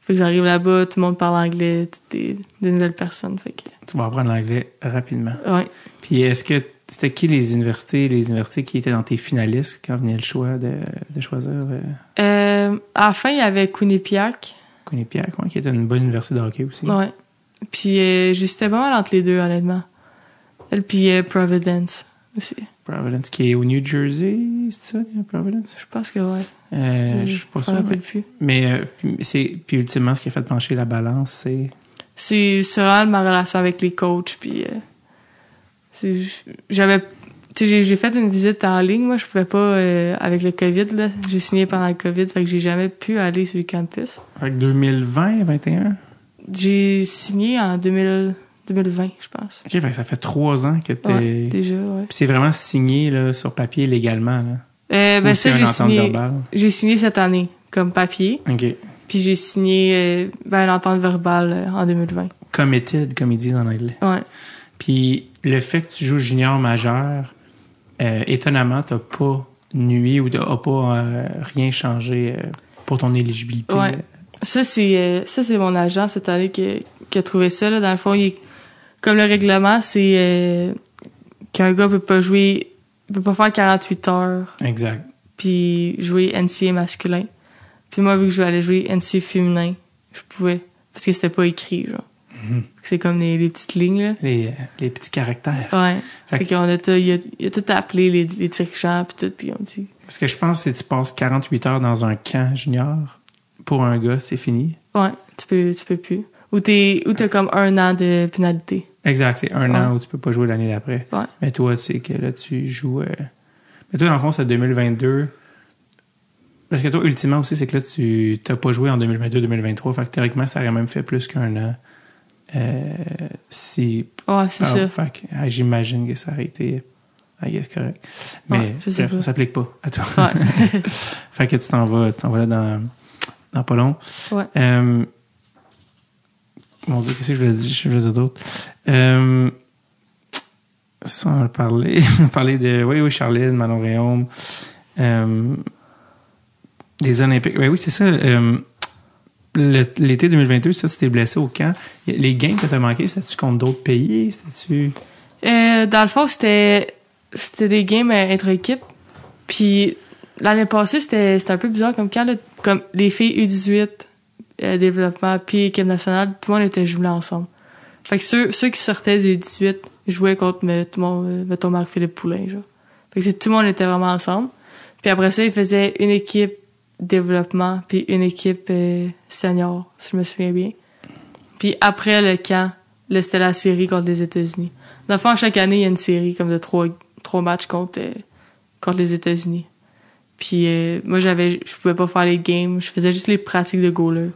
[SPEAKER 3] Fait que j'arrive là-bas, tout le monde parle anglais, toutes des, des nouvelles personnes. Fait que,
[SPEAKER 1] Tu vas apprendre l'anglais rapidement.
[SPEAKER 3] ouais.
[SPEAKER 1] Puis est-ce que c'était qui les universités, les universités qui étaient dans tes finalistes quand venait le choix de, de choisir euh,
[SPEAKER 3] Euh, à la fin, il y avait Quinnipiac.
[SPEAKER 1] Quinnipiac, ouais, qui était une bonne université de hockey aussi.
[SPEAKER 3] Ouais. Puis euh, j'hésitais pas mal entre les deux, honnêtement. Elle puis euh, Providence aussi.
[SPEAKER 1] Providence, qui est au New Jersey, c'est ça, Providence?
[SPEAKER 3] Je pense que ouais.
[SPEAKER 1] Euh, je suis pas
[SPEAKER 3] me
[SPEAKER 1] sûr. Mais,
[SPEAKER 3] rappelle plus.
[SPEAKER 1] mais, euh, puis c'est- puis ultimement, ce qui a fait pencher la balance, c'est.
[SPEAKER 3] C'est c'est vraiment ma relation avec les coachs. Puis, euh, c'est- j'avais. Tu sais, j'ai- j'ai fait une visite en ligne. Moi, je pouvais pas. euh, avec le COVID, là. J'ai signé pendant le COVID, fait que j'ai jamais pu aller sur le campus.
[SPEAKER 1] Fait que 2020, 21.
[SPEAKER 3] J'ai signé en 2000 2020, je pense.
[SPEAKER 1] Ok, fait que ça fait trois ans que t'es.
[SPEAKER 3] Ouais, déjà, ouais.
[SPEAKER 1] Puis c'est vraiment signé là, sur papier légalement. Là.
[SPEAKER 3] Euh, ben
[SPEAKER 1] Ou
[SPEAKER 3] ça,
[SPEAKER 1] c'est
[SPEAKER 3] j'ai
[SPEAKER 1] une entente
[SPEAKER 3] signé,
[SPEAKER 1] verbale?
[SPEAKER 3] j'ai signé cette année comme papier.
[SPEAKER 1] OK.
[SPEAKER 3] Puis j'ai signé euh, ben, l'entente verbale euh, en 2020.
[SPEAKER 1] Committed, comme ils disent en anglais.
[SPEAKER 3] Ouais.
[SPEAKER 1] Puis le fait que tu joues junior majeur, euh, étonnamment, t'as pas nuit ou t'as pas euh, rien changé euh, pour ton éligibilité.
[SPEAKER 3] Ouais. Ça, c'est euh, ça, c'est mon agent cette année qui, qui a trouvé ça. Là. Dans le fond, il, comme le règlement, c'est euh, qu'un gars peut pas jouer, peut pas faire 48 heures
[SPEAKER 1] Exact.
[SPEAKER 3] puis jouer NCA masculin. Puis moi, vu que je voulais aller jouer NCA féminin, je pouvais. Parce que c'était pas écrit, genre. C'est comme les, les petites lignes, là.
[SPEAKER 1] Les, euh, les petits caractères.
[SPEAKER 3] Ouais.
[SPEAKER 1] Fait
[SPEAKER 3] Fait,
[SPEAKER 1] que-
[SPEAKER 3] qu'on a tout, il a, il a tout appelé, les, les dirigeants, puis tout, puis on dit...
[SPEAKER 1] Parce que je pense que si tu passes 48 heures dans un camp junior, pour un gars, c'est fini.
[SPEAKER 3] Ouais, tu peux, tu peux plus. Ou t'es, ou t'as comme un an de pénalité.
[SPEAKER 1] Exact, c'est un
[SPEAKER 3] Ouais.
[SPEAKER 1] an où tu peux pas jouer l'année d'après.
[SPEAKER 3] Ouais.
[SPEAKER 1] Mais toi, tu sais que là, tu joues. euh, Mais toi, dans le fond, c'est 2022. Parce que toi, ultimement aussi, c'est que là, tu t'as pas joué en 2022-2023. Fait que théoriquement, ça aurait même fait plus qu'un an. Euh, si.
[SPEAKER 3] Ouais, c'est
[SPEAKER 1] Ah,
[SPEAKER 3] ça.
[SPEAKER 1] fait que, ah, j'imagine que ça aurait été. I guess correct. Mais
[SPEAKER 3] Ouais, je sais
[SPEAKER 1] bref,
[SPEAKER 3] pas.
[SPEAKER 1] ça s'applique pas à toi.
[SPEAKER 3] Ouais.
[SPEAKER 1] *laughs* fait que tu t'en vas, tu t'en vas là dans, dans pas long.
[SPEAKER 3] Ouais.
[SPEAKER 1] Euh, mon Dieu, qu'est-ce que je voulais dire, je voulais dire d'autre? Euh, ça, on a *laughs* parlé, on a parlé de, oui, oui, Charline, Manon Réaume, euh, les Olympiques. Oui, oui, c'est ça. euh, le- L'été 2022, ça, tu t'es blessé au camp. Les gains que t'as manqué, c'était-tu contre d'autres pays? C'était-tu...
[SPEAKER 3] Euh, dans le fond, c'était c'était des games euh, entre équipes. Puis l'année passée, c'était c'était un peu bizarre comme quand là, comme les filles U18 euh, développement puis équipe nationale, tout le monde était jumelé ensemble. Fait que ceux, ceux qui sortaient du U18 jouaient contre me- tout le monde, euh, mettons Marc-Philippe Poulin genre. Fait que c'est- tout le monde était vraiment ensemble. Puis après ça, ils faisaient une équipe développement puis une équipe euh, senior, si je me souviens bien. Puis après le camp, là, c'était la série contre les États-Unis. Dans le fond, chaque année, il y a une série comme de trois, trois matchs contre, euh, contre les États-Unis. Puis euh, moi, j'avais, je pouvais pas faire les games. Je faisais juste les pratiques de goaler.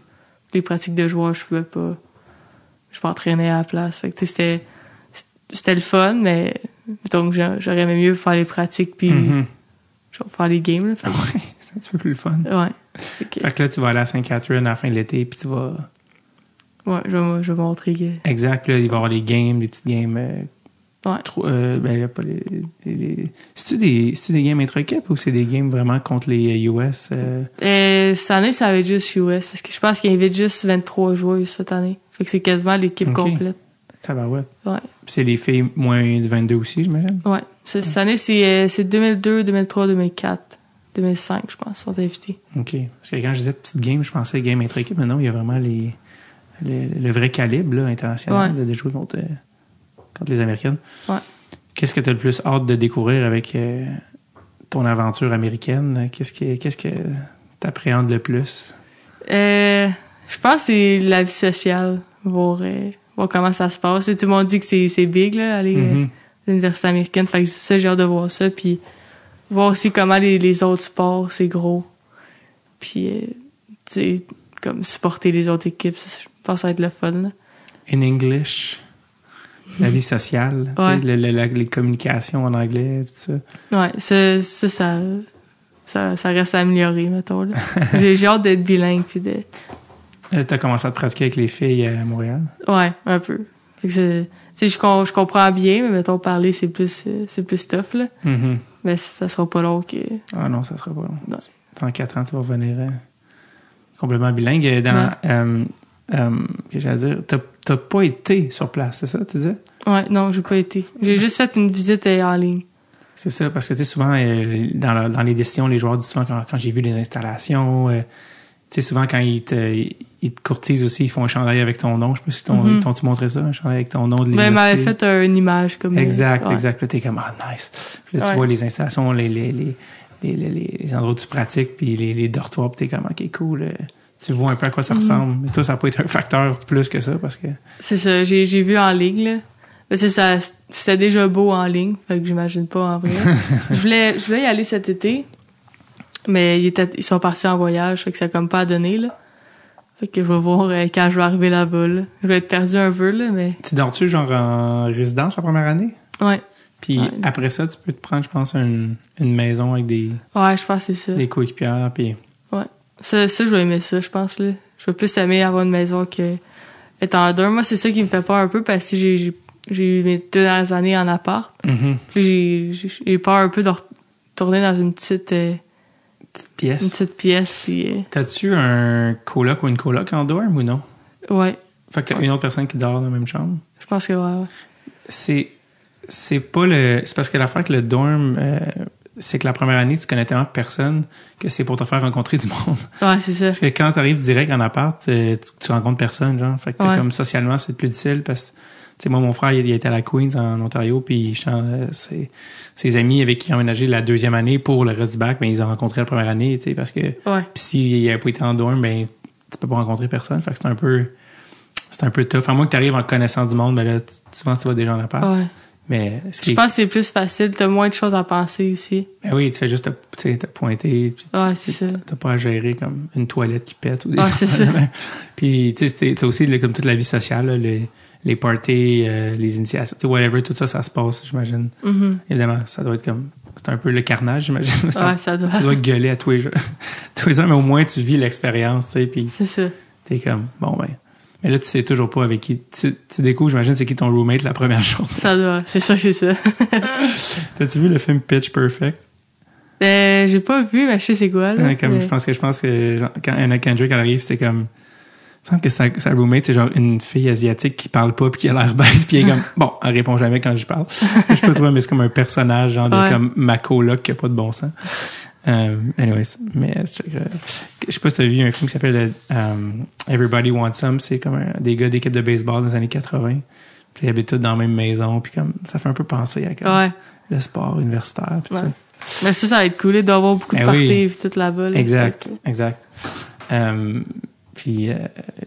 [SPEAKER 3] Les pratiques de joueur, je pouvais pas. Je m'entraînais à la place. Fait que tu sais, c'était, c'était le fun, mais donc j'aurais aimé mieux faire les pratiques puis
[SPEAKER 1] Mhm.
[SPEAKER 3] genre, faire les games. Là. Fait que-
[SPEAKER 1] Ouais, c'est un petit peu plus le fun.
[SPEAKER 3] Ah ouais. Fait que,
[SPEAKER 1] Fait que là, tu vas aller à Sainte-Catherine à la fin de l'été, puis tu vas...
[SPEAKER 3] ouais, je vais, je vais montrer que.
[SPEAKER 1] Exact, là, il va y avoir les games, les petites games. euh,
[SPEAKER 3] Ouais.
[SPEAKER 1] trop- euh, ben, là, pas les. les- les- C'est-tu des, c'est-tu des games intra-équipes ou c'est des games vraiment contre les euh, US? euh?
[SPEAKER 3] Euh, cette année, ça va être juste US parce que je pense qu'il invite juste 23 joueurs cette année. Fait que c'est quasiment l'équipe
[SPEAKER 1] Ok.
[SPEAKER 3] complète.
[SPEAKER 1] Tabarouette.
[SPEAKER 3] Ouais.
[SPEAKER 1] Puis c'est les filles moins de 22 aussi, j'imagine.
[SPEAKER 3] Ouais. Ça, Cette année, c'est euh, c'est 2002, 2003, 2004, 2005, je pense, sont invités.
[SPEAKER 1] OK. Parce que quand je disais petites games, je pensais games intra-équipes, mais non, il y a vraiment les, le, le vrai calibre là, international
[SPEAKER 3] Ouais.
[SPEAKER 1] là, de jouer contre, euh, contre les Américaines.
[SPEAKER 3] Ouais.
[SPEAKER 1] Qu'est-ce que tu as le plus hâte de découvrir avec euh, ton aventure américaine? Qu'est-ce que qu'est-ce que t'appréhendes le plus?
[SPEAKER 3] Euh, je pense que c'est la vie sociale, voir, euh, voir comment ça se passe. Et tout le monde dit que c'est c'est big, là, aller euh,
[SPEAKER 1] Mhm.
[SPEAKER 3] à l'université américaine. Fait que ça, j'ai hâte de voir ça. Puis voir aussi comment les, les autres sports, c'est gros. Puis, euh, tu sais, comme supporter les autres équipes, ça, je pense que ça va être le fun. là.
[SPEAKER 1] in English, la vie sociale, tu sais,
[SPEAKER 3] Ouais.
[SPEAKER 1] le- le- la- les communications en anglais, tout ça.
[SPEAKER 3] Ouais, ça, ça, ça, ça, ça reste à améliorer, mettons. *laughs* là. J'ai j'ai hâte d'être bilingue. Puis de...
[SPEAKER 1] Là, t'as commencé à te pratiquer avec les filles à Montréal.
[SPEAKER 3] Ouais, un peu. Fait que c'est- tu sais, je, com- je comprends bien, mais mettons, parler, c'est plus, euh, c'est plus tough, là.
[SPEAKER 1] Mhm.
[SPEAKER 3] Mais c- ça sera pas long que...
[SPEAKER 1] Ah non, ça sera pas long.
[SPEAKER 3] Non.
[SPEAKER 1] Dans quatre ans, tu vas revenir euh, complètement bilingue. Et Dans, euh, euh, qu'est-ce que j'allais dire, t'as, t'as pas été sur place, c'est ça, tu disais?
[SPEAKER 3] Ouais, non, j'ai pas été. J'ai juste fait une visite euh, en ligne.
[SPEAKER 1] C'est ça, parce que tu sais, souvent, euh, dans, la- dans les décisions, les joueurs disent souvent quand, quand j'ai vu les installations, euh, tu sais, souvent quand ils te, ils te courtisent aussi, ils font un chandail avec ton nom. Je sais pas si t'ont,
[SPEAKER 3] Mhm.
[SPEAKER 1] ils t'ont-tu montré ça, un chandail avec ton nom de
[SPEAKER 3] Ben, elle m'avait
[SPEAKER 1] l'université?
[SPEAKER 3] fait euh, une image comme... euh,
[SPEAKER 1] Exact,
[SPEAKER 3] ouais.
[SPEAKER 1] exact. Puis là, t'es comme, ah, nice. Puis là, tu
[SPEAKER 3] Ouais.
[SPEAKER 1] vois les installations, les, les, les, les, les- les endroits où tu pratiques, puis les, les dortoirs, puis t'es comme, ok, cool. euh, Tu vois un peu à quoi ça
[SPEAKER 3] Mm-hmm.
[SPEAKER 1] ressemble. Mais toi, ça peut être un facteur plus que ça parce que.
[SPEAKER 3] C'est ça, j'ai j'ai vu en ligne, là. Mais c'est ça, c'était déjà beau en ligne, fait que j'imagine pas
[SPEAKER 1] *laughs*
[SPEAKER 3] en vrai. je voulais je voulais y aller cet été, mais ils, étaient- ils sont partis en voyage, fait que ça a comme pas donné, là. Fait que je vais voir euh, quand je vais arriver là-bas, là. Je vais être perdu un peu, là, mais...
[SPEAKER 1] Tu dors-tu genre en résidence la première année?
[SPEAKER 3] Ouais.
[SPEAKER 1] Puis
[SPEAKER 3] Ouais.
[SPEAKER 1] après ça, tu peux te prendre, je pense, une, une maison avec des,
[SPEAKER 3] Ouais, je pense que c'est ça.
[SPEAKER 1] des coéquipières. Puis
[SPEAKER 3] Ouais. Ça, ça, je vais aimer ça, je pense. Là. Je vais plus aimer avoir une maison que être en deux. Moi, c'est ça qui me fait peur un peu parce que j'ai- j'ai j'ai eu mes deux dernières années en appart.
[SPEAKER 1] Mhm.
[SPEAKER 3] Puis j'ai- j'ai j'ai peur un peu de retourner dans une petite, euh,
[SPEAKER 1] petite
[SPEAKER 3] une
[SPEAKER 1] pièce.
[SPEAKER 3] petite pièce. Puis, euh,
[SPEAKER 1] T'as-tu un coloc ou une coloc en dorme ou non?
[SPEAKER 3] ouais,
[SPEAKER 1] Fait que t'as une autre personne qui dort dans la même chambre?
[SPEAKER 3] je pense que ouais. ouais.
[SPEAKER 1] c'est c'est pas le c'est parce que l'affaire que le dorm euh, c'est que la première année tu connais tellement personne que c'est pour te faire rencontrer du monde
[SPEAKER 3] Ouais, c'est ça.
[SPEAKER 1] parce que quand t'arrives direct en appart euh, tu, tu rencontres personne genre fait que t'es
[SPEAKER 3] Ouais.
[SPEAKER 1] comme socialement c'est plus difficile parce que tu sais moi mon frère il, il était à la Queens en Ontario puis je sens, euh, ses, ses amis avec qui il a emménagé la deuxième année pour le reste du bac ben ils ont rencontré la première année tu sais parce que puis
[SPEAKER 3] Ouais.
[SPEAKER 1] s'il avait pas été en dorm ben tu peux pas rencontrer personne fait que c'est un peu c'est un peu tough à moins que t'arrives en connaissant du monde ben là tu- souvent tu vas déjà en appart
[SPEAKER 3] Ouais.
[SPEAKER 1] mais ce
[SPEAKER 3] Je
[SPEAKER 1] qui
[SPEAKER 3] pense que c'est plus facile, t'as moins de choses à penser aussi.
[SPEAKER 1] ben oui, tu fais juste te, tu sais, te pointer, puis tu-
[SPEAKER 3] Ouais, c'est ça.
[SPEAKER 1] t'as pas à gérer comme une toilette qui pète ou des
[SPEAKER 3] Ouais, c'est
[SPEAKER 1] affaires de
[SPEAKER 3] ça.
[SPEAKER 1] même. *laughs* Puis tu sais, c'est- t'as aussi là, comme toute la vie sociale, là, les, les parties, euh, les initiations, tu sais, whatever, tout ça, ça se passe, j'imagine.
[SPEAKER 3] Mhm.
[SPEAKER 1] Évidemment, ça doit être comme c'est un peu le carnage, j'imagine. *laughs* C'est un-
[SPEAKER 3] Ouais, ça doit.
[SPEAKER 1] Tu dois gueuler à tous les jours, *laughs* tous les ans, mais au moins tu vis l'expérience, tu sais, puis
[SPEAKER 3] C'est ça.
[SPEAKER 1] t'es comme bon ben. Mais là, tu sais toujours pas avec qui. Tu, tu découvres, j'imagine, c'est qui ton roommate la première *laughs* journée.
[SPEAKER 3] Ça doit. C'est ça,
[SPEAKER 1] *laughs*
[SPEAKER 3] c'est ça.
[SPEAKER 1] T'as-tu vu le film Pitch Perfect?
[SPEAKER 3] Euh, j'ai pas vu, mais je sais c'est quoi, là. Euh,
[SPEAKER 1] Ouais, comme
[SPEAKER 3] mais-
[SPEAKER 1] je pense que je pense que genre, quand Anna Kendrick elle arrive, c'est comme il semble que sa, sa roommate c'est genre une fille asiatique qui parle pas puis qui a l'air bête puis elle est
[SPEAKER 3] *laughs*
[SPEAKER 1] comme bon, elle répond jamais quand je parle. je sais pas toi mais c'est comme un personnage genre de
[SPEAKER 3] Ouais.
[SPEAKER 1] comme ma coloc qui a pas de bon sens. Euh, anyways, mais je checkerai. je sais pas si t'as vu un film qui s'appelle euh, um, Everybody Wants Some, c'est comme un- des gars d'équipe de baseball dans les années 80. Puis ils habitent tous dans la même maison puis comme ça fait un peu penser à comme,
[SPEAKER 3] Ouais.
[SPEAKER 1] le sport universitaire puis tout
[SPEAKER 3] Ouais.
[SPEAKER 1] ça.
[SPEAKER 3] Mais ça, ça va être cool, là, d'avoir beaucoup de
[SPEAKER 1] Ben
[SPEAKER 3] parties
[SPEAKER 1] oui.
[SPEAKER 3] et tout là-bas. là.
[SPEAKER 1] Exact,
[SPEAKER 3] Fait
[SPEAKER 1] exact. Euh, puis, euh,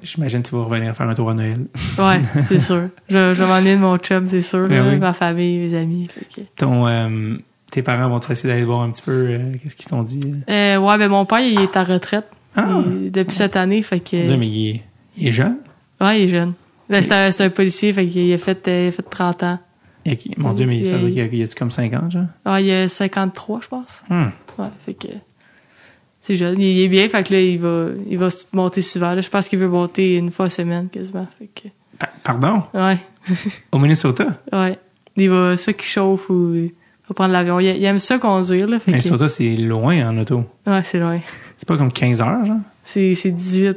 [SPEAKER 1] j'imagine que tu vas revenir faire un tour à Noël.
[SPEAKER 3] que- Ouais,
[SPEAKER 1] *laughs*
[SPEAKER 3] c'est sûr. Je, je m'ennuie de mon chum, c'est sûr,
[SPEAKER 1] Ben
[SPEAKER 3] là,
[SPEAKER 1] oui.
[SPEAKER 3] ma famille, mes amis. Fait que-
[SPEAKER 1] Ton, euh, tes parents vont essayer d'aller voir un petit peu euh, qu'est-ce qu'ils t'ont dit.
[SPEAKER 3] Euh, ouais, ben mon père, il est à retraite Il- depuis cette année, fait que...
[SPEAKER 1] Dieu, mais il est, il est jeune.
[SPEAKER 3] Ouais, il est jeune. Ben, c'est un, c'est un policier, fait qu'il a fait, euh, il a fait 30 ans.
[SPEAKER 1] Il a- mon Dieu, mais
[SPEAKER 3] Il
[SPEAKER 1] ça veut
[SPEAKER 3] est-
[SPEAKER 1] dire qu'il a- il a-tu comme 5 ans, genre?
[SPEAKER 3] Ouais, il a 53, je pense.
[SPEAKER 1] Hmm.
[SPEAKER 3] Ouais, fait que... C'est jeune. Il est bien, fait que là, il va, il va monter souvent. Là. Je pense qu'il veut monter une fois semaine, quasiment. Fait que...
[SPEAKER 1] Pa- pardon?
[SPEAKER 3] Ouais,
[SPEAKER 1] Au Minnesota?
[SPEAKER 3] ouais. Il va... Ça qui chauffe ou... Il va prendre l'avion. Il, il aime ça conduire, là, fait que...
[SPEAKER 1] Minnesota, c'est loin en auto.
[SPEAKER 3] Ouais, c'est loin.
[SPEAKER 1] C'est pas comme 15 heures, genre?
[SPEAKER 3] C'est c'est 18.
[SPEAKER 1] Ouais,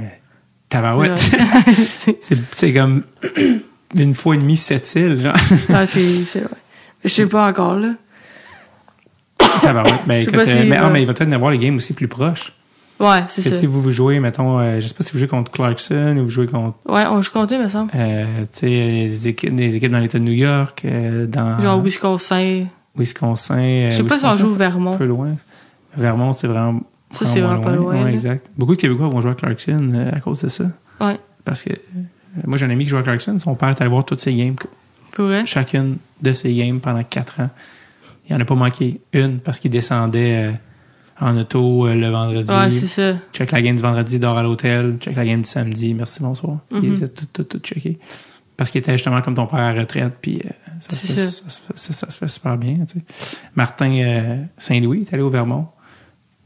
[SPEAKER 1] mais
[SPEAKER 3] *laughs*
[SPEAKER 1] tabarouette.
[SPEAKER 3] Ah Ouais. c'est
[SPEAKER 1] *laughs* c'est, c'est comme une fois et demie sept îles,
[SPEAKER 3] *laughs*
[SPEAKER 1] genre.
[SPEAKER 3] ouais, c'est- c'est loin. Je sais pas encore, là.
[SPEAKER 1] tabarouette. Ben,
[SPEAKER 3] Je sais
[SPEAKER 1] écoute,
[SPEAKER 3] pas
[SPEAKER 1] euh,
[SPEAKER 3] s'il
[SPEAKER 1] mais, ah,
[SPEAKER 3] va-
[SPEAKER 1] mais il va peut-être en avoir les games aussi plus proches.
[SPEAKER 3] Ouais, c'est
[SPEAKER 1] Que
[SPEAKER 3] ça.
[SPEAKER 1] si vous vous jouez, mettons, euh, je sais pas si vous jouez contre Clarkson ou vous jouez contre
[SPEAKER 3] Ouais, on, je comptais, me semble.
[SPEAKER 1] euh, tu sais, des, équipes, des équipes dans l'État de New York, euh, dans
[SPEAKER 3] Genre Wisconsin.
[SPEAKER 1] Wisconsin. euh,
[SPEAKER 3] Je sais pas si on
[SPEAKER 1] Wisconsin,
[SPEAKER 3] joue
[SPEAKER 1] c'est un
[SPEAKER 3] Vermont.
[SPEAKER 1] peu loin. Vermont, c'est vraiment.
[SPEAKER 3] Ça, c'est vraiment pas loin,
[SPEAKER 1] Ouais,
[SPEAKER 3] là.
[SPEAKER 1] exact. Beaucoup de Québécois vont jouer à Clarkson euh, à cause de ça.
[SPEAKER 3] Ouais,
[SPEAKER 1] Parce que euh, moi, j'ai un ami qui joue à Clarkson. Son père est allé voir toutes ses games,
[SPEAKER 3] pour vrai.
[SPEAKER 1] chacune de ses games pendant quatre ans. Il en a pas manqué une parce qu'il descendait euh, en auto euh, le vendredi.
[SPEAKER 3] Ouais, c'est ça.
[SPEAKER 1] Check la game du vendredi, dors à l'hôtel. Check la game du samedi. Merci, bonsoir.
[SPEAKER 3] Mhm.
[SPEAKER 1] Il les a tout, tout, tout checké. Parce qu'il était justement comme ton père à la retraite, puis euh, ça, se
[SPEAKER 3] C'est
[SPEAKER 1] fait-
[SPEAKER 3] ça.
[SPEAKER 1] ça se fait- ça- ça se fait super bien. tu sais. Martin euh, Saint-Louis est allé au Vermont,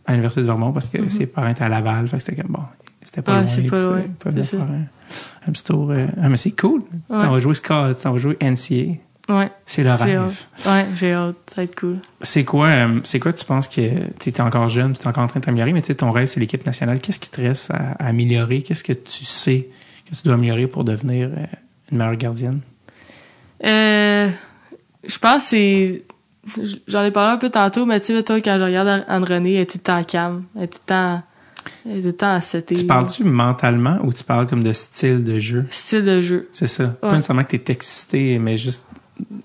[SPEAKER 1] à l'Université de Vermont, parce que ses parents étaient à Laval. Fait que c'était comme, bon, c'était pas
[SPEAKER 3] Ouais,
[SPEAKER 1] loin.
[SPEAKER 3] Mhm. Ah, c'est
[SPEAKER 1] il
[SPEAKER 3] pas
[SPEAKER 1] pouvait-
[SPEAKER 3] loin,
[SPEAKER 1] il pouvait
[SPEAKER 3] c'est
[SPEAKER 1] venir faire un, un petit tour. euh, ah, mais c'est cool. Tu t'en
[SPEAKER 3] Ouais.
[SPEAKER 1] vas jouer Scott, tu t'en vas jouer NCA.
[SPEAKER 3] Ouais,
[SPEAKER 1] C'est le
[SPEAKER 3] j'ai
[SPEAKER 1] rêve.
[SPEAKER 3] hâte. Ouais, j'ai hâte. Ça va être cool.
[SPEAKER 1] C'est quoi, euh, c'est quoi tu penses que tu es encore jeune, tu es encore en train de t'améliorer, mais tu sais, ton rêve, c'est l'équipe nationale. Qu'est-ce qui te reste à, à améliorer? Qu'est-ce que tu sais que tu dois améliorer pour devenir euh, une meilleure gardienne?
[SPEAKER 3] Euh, je pense que c'est. J'en ai parlé un peu tantôt, mais tu sais, toi, quand je regarde Anne-Renée, elle est tout le temps calme. Elle est tout le temps. Elle est tout le temps à
[SPEAKER 1] Tu parles-tu mentalement ou tu parles comme de style de jeu?
[SPEAKER 3] Style de jeu.
[SPEAKER 1] C'est ça. Pas
[SPEAKER 3] Ouais.
[SPEAKER 1] nécessairement que tu es excité, mais juste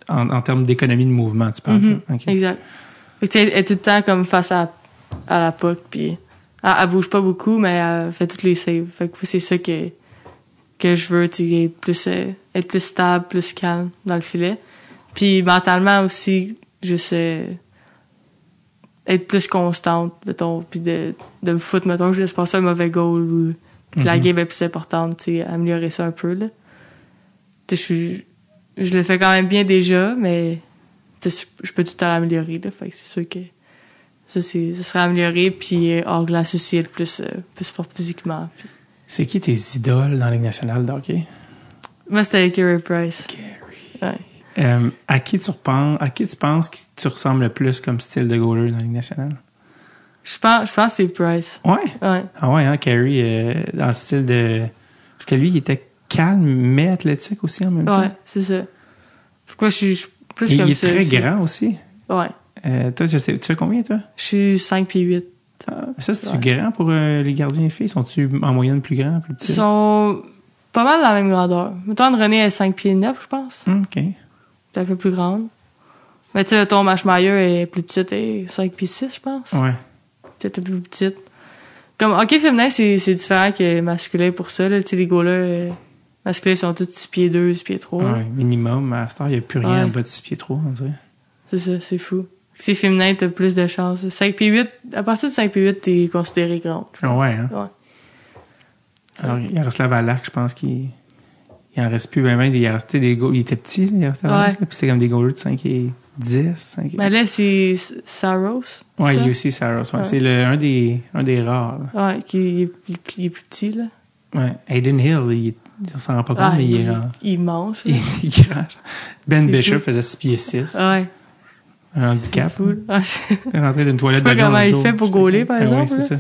[SPEAKER 1] en, en termes d'économie de mouvement, tu parles.
[SPEAKER 3] Mhm,
[SPEAKER 1] OK.
[SPEAKER 3] Exact. Fait que, tu sais, elle est tout le temps comme face à, à la puck, puis elle, elle bouge pas beaucoup, mais elle fait toutes les saves. Fait que c'est ça que, que je veux, tu sais, être plus, euh, être plus stable, plus calme dans le filet. Puis mentalement aussi, juste euh, être plus constante, mettons, puis de, de me foutre, mettons, que je laisse passer un mauvais goal ou que la
[SPEAKER 1] Mhm.
[SPEAKER 3] game est plus importante, tu sais, améliorer ça un peu, là. Tu sais, je suis- je le fais quand même bien déjà, mais tu sais, je peux tout à l'améliorer, là. Fait que c'est sûr que ça, c'est, ça serait amélioré. Puis euh, hors glace aussi, elle est plus, euh, plus forte physiquement. Puis-
[SPEAKER 1] C'est qui tes idoles dans la Ligue nationale de hockey?
[SPEAKER 3] moi, c'était avec Carey Price. Ouais.
[SPEAKER 1] Euh, à qui tu repenses, à qui tu penses que tu ressembles le plus comme style de goaler dans la Ligue nationale?
[SPEAKER 3] Je pense, je pense que c'est Price.
[SPEAKER 1] Ouais.
[SPEAKER 3] Ouais.
[SPEAKER 1] Ah ouais, hein, Carey, euh, dans le style de. Parce que lui, il était calme, mais athlétique aussi en même temps.
[SPEAKER 3] Ouais, c'est ça. Pourquoi je suis je suis plus
[SPEAKER 1] Et
[SPEAKER 3] comme
[SPEAKER 1] il est
[SPEAKER 3] ça.
[SPEAKER 1] très
[SPEAKER 3] aussi.
[SPEAKER 1] grand aussi.
[SPEAKER 3] Ouais.
[SPEAKER 1] Euh, toi, je sais, tu fais combien, toi?
[SPEAKER 3] Je suis 5 puis 8.
[SPEAKER 1] Ah, ça, c'est-tu grand pour euh, les gardiens filles? Sont-tu en moyenne plus grands, plus
[SPEAKER 3] Ils
[SPEAKER 1] petits?
[SPEAKER 3] sont pas mal de la même grandeur. Mettons, René est 5 pieds 9, je pense.
[SPEAKER 1] Hum, OK.
[SPEAKER 3] C'est un peu plus grande. Mais tu sais, ton Machmayer est plus petite, et 5 pieds 6, je pense.
[SPEAKER 1] Ouais.
[SPEAKER 3] Peut-être un peu plus petite. Comme hockey féminin, c'est c'est différent que masculin pour ça. là. Tu sais, les gars-là, euh, masculins sont tous 6 pieds 2, 6 pieds 3.
[SPEAKER 1] Ouais, minimum. À Star, il n'y a plus rien
[SPEAKER 3] Ouais.
[SPEAKER 1] en bas de 6 pieds 3, on dirait.
[SPEAKER 3] C'est ça, c'est fou. Si c'est féminin, t'as plus de chances. 5 pieds 8, à partir de 5 pieds 8, t'es considéré grande.
[SPEAKER 1] Ah ouais, hein?
[SPEAKER 3] Ouais.
[SPEAKER 1] Alors, il reste la Valac, je pense qu'il. Il en reste plus ben ben, il en restait des goalers. Il était petit, là, il restait
[SPEAKER 3] Ouais.
[SPEAKER 1] Valak, Puis c'était comme des goalers de 5 et 10, 5 et...
[SPEAKER 3] Mais là, c'est S- Saros. c'est
[SPEAKER 1] ouais,
[SPEAKER 3] ça?
[SPEAKER 1] lui aussi, Saros. ouais.
[SPEAKER 3] Ouais.
[SPEAKER 1] C'est le- un des, un des rares. là.
[SPEAKER 3] Ouais, qui est, il est- il est plus petit, là.
[SPEAKER 1] Ouais. Aiden Hill, il, on s'en rend pas compte,
[SPEAKER 3] Ah,
[SPEAKER 1] mais il est genre.
[SPEAKER 3] immense. là.
[SPEAKER 1] Il, il crache. Ben
[SPEAKER 3] C'est
[SPEAKER 1] Bishop
[SPEAKER 3] fou. Ah,
[SPEAKER 1] faisait 6 pieds 6.
[SPEAKER 3] Ouais.
[SPEAKER 1] un handicap.
[SPEAKER 3] Cool. Ouais, c'est- *laughs*
[SPEAKER 1] Il est rentré d'une toilette
[SPEAKER 3] Je sais pas
[SPEAKER 1] de gars
[SPEAKER 3] comment
[SPEAKER 1] l'autre
[SPEAKER 3] il
[SPEAKER 1] jour,
[SPEAKER 3] fait pour
[SPEAKER 1] puis-
[SPEAKER 3] gauler, par
[SPEAKER 1] Ah
[SPEAKER 3] exemple,
[SPEAKER 1] Oui, c'est
[SPEAKER 3] là.
[SPEAKER 1] ça.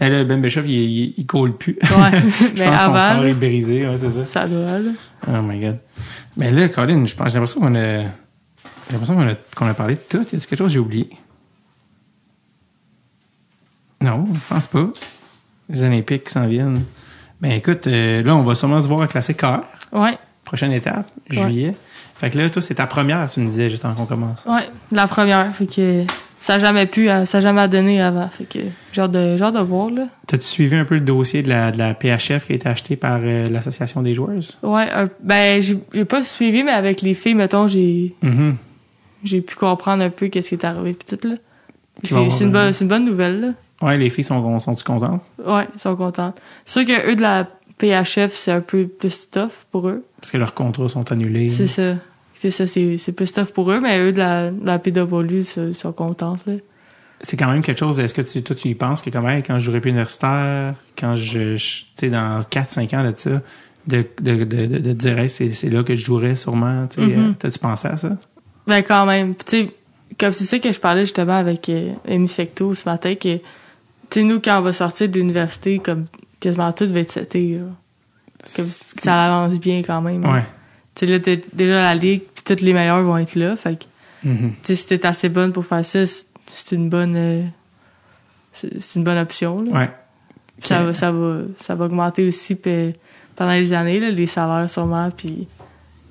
[SPEAKER 1] Mais là, Ben Bishop, il, il, il gaule plus. *laughs*
[SPEAKER 3] Ouais.
[SPEAKER 1] je
[SPEAKER 3] Mais
[SPEAKER 1] pense que son
[SPEAKER 3] avant,
[SPEAKER 1] corps
[SPEAKER 3] là,
[SPEAKER 1] est brisé, ouais, c'est ça.
[SPEAKER 3] ça doit, là.
[SPEAKER 1] Oh my god. Mais là, Colin, je pense, j'ai l'impression qu'on a. J'ai l'impression qu'on a, qu'on a parlé de tout. Y a quelque chose que j'ai oublié? Non, je pense pas. Les Olympiques qui s'en viennent. Ben écoute, euh, là, on va sûrement se voir à classique KR.
[SPEAKER 3] Ouais.
[SPEAKER 1] Prochaine étape, juillet. Fait que là, toi, c'est ta première, tu me disais, juste avant qu'on commence.
[SPEAKER 3] Ouais. La première. Fait que ça a jamais pu, euh, ça a jamais donné avant. Fait que j'ai hâte de, j'ai hâte de voir, là.
[SPEAKER 1] T'as-tu suivi un peu le dossier de la, de la PHF qui a été acheté par euh, l'Association des joueuses?
[SPEAKER 3] Ouais. euh, ben, j'ai j'ai pas suivi, mais avec les filles, mettons, j'ai
[SPEAKER 1] Mhm.
[SPEAKER 3] j'ai pu comprendre un peu qu'est-ce qui est arrivé, puis tout, là.
[SPEAKER 1] Qui va
[SPEAKER 3] C'est c'est une,
[SPEAKER 1] avoir,
[SPEAKER 3] bonne- c'est une bonne nouvelle, là.
[SPEAKER 1] Ouais, les filles sont, sont-tu contentes?
[SPEAKER 3] Ouais, ils sont contents. C'est sûr que eux de la PHF, c'est un peu plus tough pour eux.
[SPEAKER 1] Parce que leurs contrats sont annulés.
[SPEAKER 3] C'est ça. C'est ça, c'est c'est plus tough pour eux, mais eux de la, de la PW, ça, ils sont contents, là.
[SPEAKER 1] c'est quand même quelque chose. Est-ce que tu, toi, tu y penses que, comme, hey, quand je jouerai plus universitaire, quand je, je- tu sais, dans 4-5 ans de ça, de, de, de, de, de dire, hey, c'est, c'est là que je jouerais sûrement, tu sais,
[SPEAKER 3] Mhm.
[SPEAKER 1] euh, t'as-tu pensé à ça?
[SPEAKER 3] Ben quand même, Puis, tu sais, comme c'est ça que je parlais justement avec euh, Amy Fecto ce matin, que, tu sais, nous, quand on va sortir de l'université, comme quasiment tout va être cet été, là. Comme
[SPEAKER 1] C'est-
[SPEAKER 3] ça avance bien quand même. là.
[SPEAKER 1] Ouais.
[SPEAKER 3] Tu sais, là, t'es déjà la ligue, puis toutes les meilleurs vont être là, fait que,
[SPEAKER 1] Mhm.
[SPEAKER 3] tu sais, si t'es assez bonne pour faire ça, c'est- c'est une bonne... euh, c'est c'est une bonne option, là.
[SPEAKER 1] Ouais.
[SPEAKER 3] Ça
[SPEAKER 1] Ok.
[SPEAKER 3] va, ça va, ça va augmenter aussi puis, pendant les années, là, les salaires sûrement, puis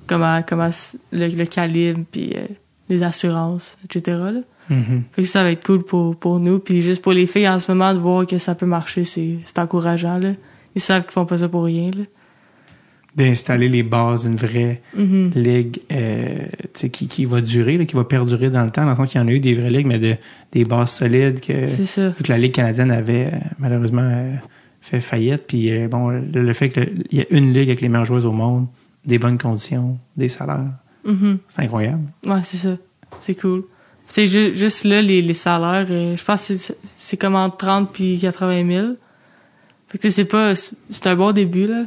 [SPEAKER 3] comment, comment s- le, le calibre, puis euh, les assurances, etc. là.
[SPEAKER 1] Mhm.
[SPEAKER 3] Fait que ça va être cool pour, pour nous, puis juste pour les filles en ce moment, de voir que ça peut marcher, c'est c'est encourageant. Là. Ils savent qu'ils font pas ça pour rien. Là.
[SPEAKER 1] D'installer les bases d'une vraie
[SPEAKER 3] Mhm.
[SPEAKER 1] ligue, euh, tu sais, qui, qui va durer, là, qui va perdurer dans le temps, dans le sens qu'il y en a eu des vraies ligues, mais de, des bases solides que.
[SPEAKER 3] C'est ça.
[SPEAKER 1] vu que la Ligue canadienne avait euh, malheureusement euh, fait faillite. Puis euh, bon, le, le fait qu'il y a une Ligue avec les meilleures joueuses au monde, des bonnes conditions, des salaires,
[SPEAKER 3] Mhm.
[SPEAKER 1] c'est incroyable.
[SPEAKER 3] Ouais, c'est ça. C'est cool. Tu sais, ju- juste là, les, les salaires, euh, je pense que c'est- c'est comme entre 30 puis 80 000. Fait que tu sais, c'est pas... C'est un bon début, là.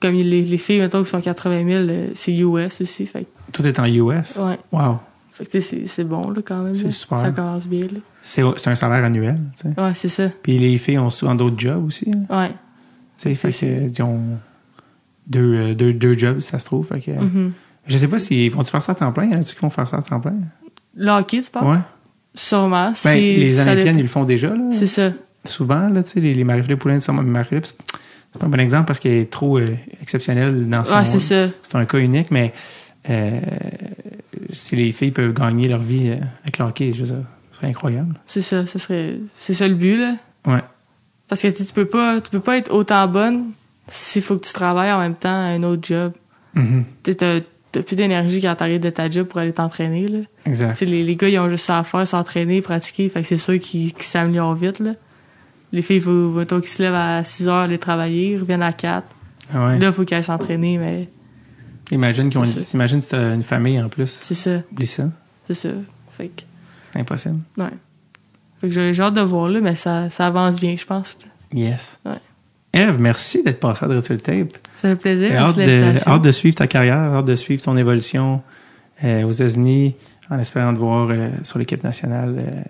[SPEAKER 3] Comme les, les filles, mettons, qui sont 80 000, euh, c'est US aussi, fait que...
[SPEAKER 1] Tout est en US.
[SPEAKER 3] Ouais.
[SPEAKER 1] Wow.
[SPEAKER 3] Fait que tu sais, c'est- c'est bon, là, quand même.
[SPEAKER 1] C'est
[SPEAKER 3] là.
[SPEAKER 1] super.
[SPEAKER 3] Ça commence bien, là.
[SPEAKER 1] C'est c'est un salaire annuel. tu sais.
[SPEAKER 3] Ouais, c'est ça.
[SPEAKER 1] Puis les filles ont souvent d'autres jobs aussi. là,
[SPEAKER 3] Ouais.
[SPEAKER 1] tu sais,
[SPEAKER 3] C'est
[SPEAKER 1] fait que, euh, ils ont deux, euh, deux, deux jobs, si ça se trouve. Fait que, euh,
[SPEAKER 3] Mhm.
[SPEAKER 1] Je sais pas s'ils vont-tu faire ça à temps plein. Y en a-tu qui vont faire ça à temps plein?
[SPEAKER 3] Le hockey, tu parles?
[SPEAKER 1] Ouais.
[SPEAKER 3] Sûrement.
[SPEAKER 1] Ben,
[SPEAKER 3] si
[SPEAKER 1] les
[SPEAKER 3] ça
[SPEAKER 1] Olympiennes,
[SPEAKER 3] dépend.
[SPEAKER 1] ils le font déjà. Là.
[SPEAKER 3] C'est ça.
[SPEAKER 1] souvent, là, tu sais, les, les Marie-Philippe Poulin, sont- Marie-Philippe, c'est c'est pas un bon exemple parce qu'elle est trop euh, exceptionnelle dans son...
[SPEAKER 3] Ouais, c'est ça.
[SPEAKER 1] c'est un cas unique, mais euh, si les filles peuvent gagner leur vie euh, avec le hockey, je veux dire, ce serait incroyable.
[SPEAKER 3] C'est ça. Ça serait... C'est ça le but, là.
[SPEAKER 1] Ouais.
[SPEAKER 3] Parce que tu sais, tu peux pas, tu peux pas être autant bonne s'il faut que tu travailles en même temps à un autre job.
[SPEAKER 1] Mhm.
[SPEAKER 3] Tu sais, t'as t'as plus d'énergie quand t'arrives de ta job pour aller t'entraîner. là. Tu
[SPEAKER 1] Exact.
[SPEAKER 3] sais, Les, les gars, ils ont juste ça à faire, s'entraîner, pratiquer. Fait que c'est sûr qu'ils qu'ils s'améliorent vite. Là. Les filles, faut, mettons qu'ils se lèvent à 6 heures, aller travailler, ils reviennent à 4.
[SPEAKER 1] Ah ouais.
[SPEAKER 3] Là, faut qu'elles s'entraînent, mais
[SPEAKER 1] Imagine, qu'ils ont
[SPEAKER 3] C'est
[SPEAKER 1] une-
[SPEAKER 3] ça.
[SPEAKER 1] imagine si t'as une famille en plus.
[SPEAKER 3] c'est ça.
[SPEAKER 1] Oublie ça.
[SPEAKER 3] c'est ça. Fait que,
[SPEAKER 1] C'est impossible.
[SPEAKER 3] ouais. Fait que j'ai j'ai hâte de voir, là, mais ça, ça avance bien, je pense.
[SPEAKER 1] Yes.
[SPEAKER 3] Ouais.
[SPEAKER 1] Eve, merci d'être passé à Dreadful Tape.
[SPEAKER 3] Ça fait plaisir.
[SPEAKER 1] J'ai
[SPEAKER 3] merci
[SPEAKER 1] Hâte
[SPEAKER 3] de
[SPEAKER 1] de,
[SPEAKER 3] l'invitation.
[SPEAKER 1] hâte de suivre ta carrière, hâte de suivre ton évolution euh, aux États-Unis, en espérant te voir euh, sur l'équipe nationale euh,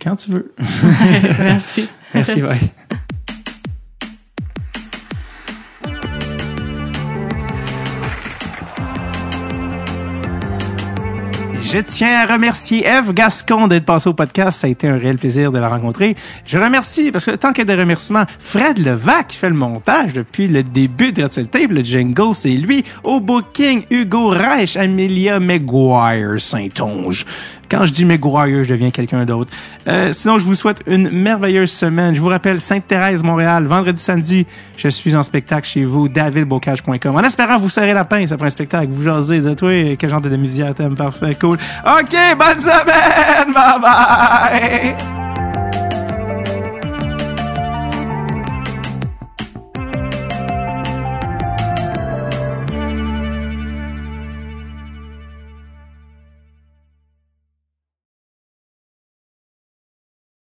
[SPEAKER 1] quand tu veux.
[SPEAKER 3] Merci.
[SPEAKER 1] *laughs* Merci, bye. Je tiens à remercier Eve Gascon d'être passée au podcast. Ça a été un réel plaisir de la rencontrer. Je remercie, parce que tant qu'il y a des remerciements, Fred Levac qui fait le montage depuis le début de Ratchet Tape. Le jingle, c'est lui. Au booking, Hugo Reich, Amelia McGuire, Saint-Onge. Quand je dis McGuire, je deviens quelqu'un d'autre. Euh, sinon, je vous souhaite une merveilleuse semaine. Je vous rappelle, Sainte-Thérèse, Montréal, vendredi, samedi, je suis en spectacle chez vous, davidbocage.com. En espérant vous serrer la pince après un spectacle, vous jasez, dites, oui, quel genre de musique t'aimes, parfait, cool. OK, bonne semaine! Bye bye!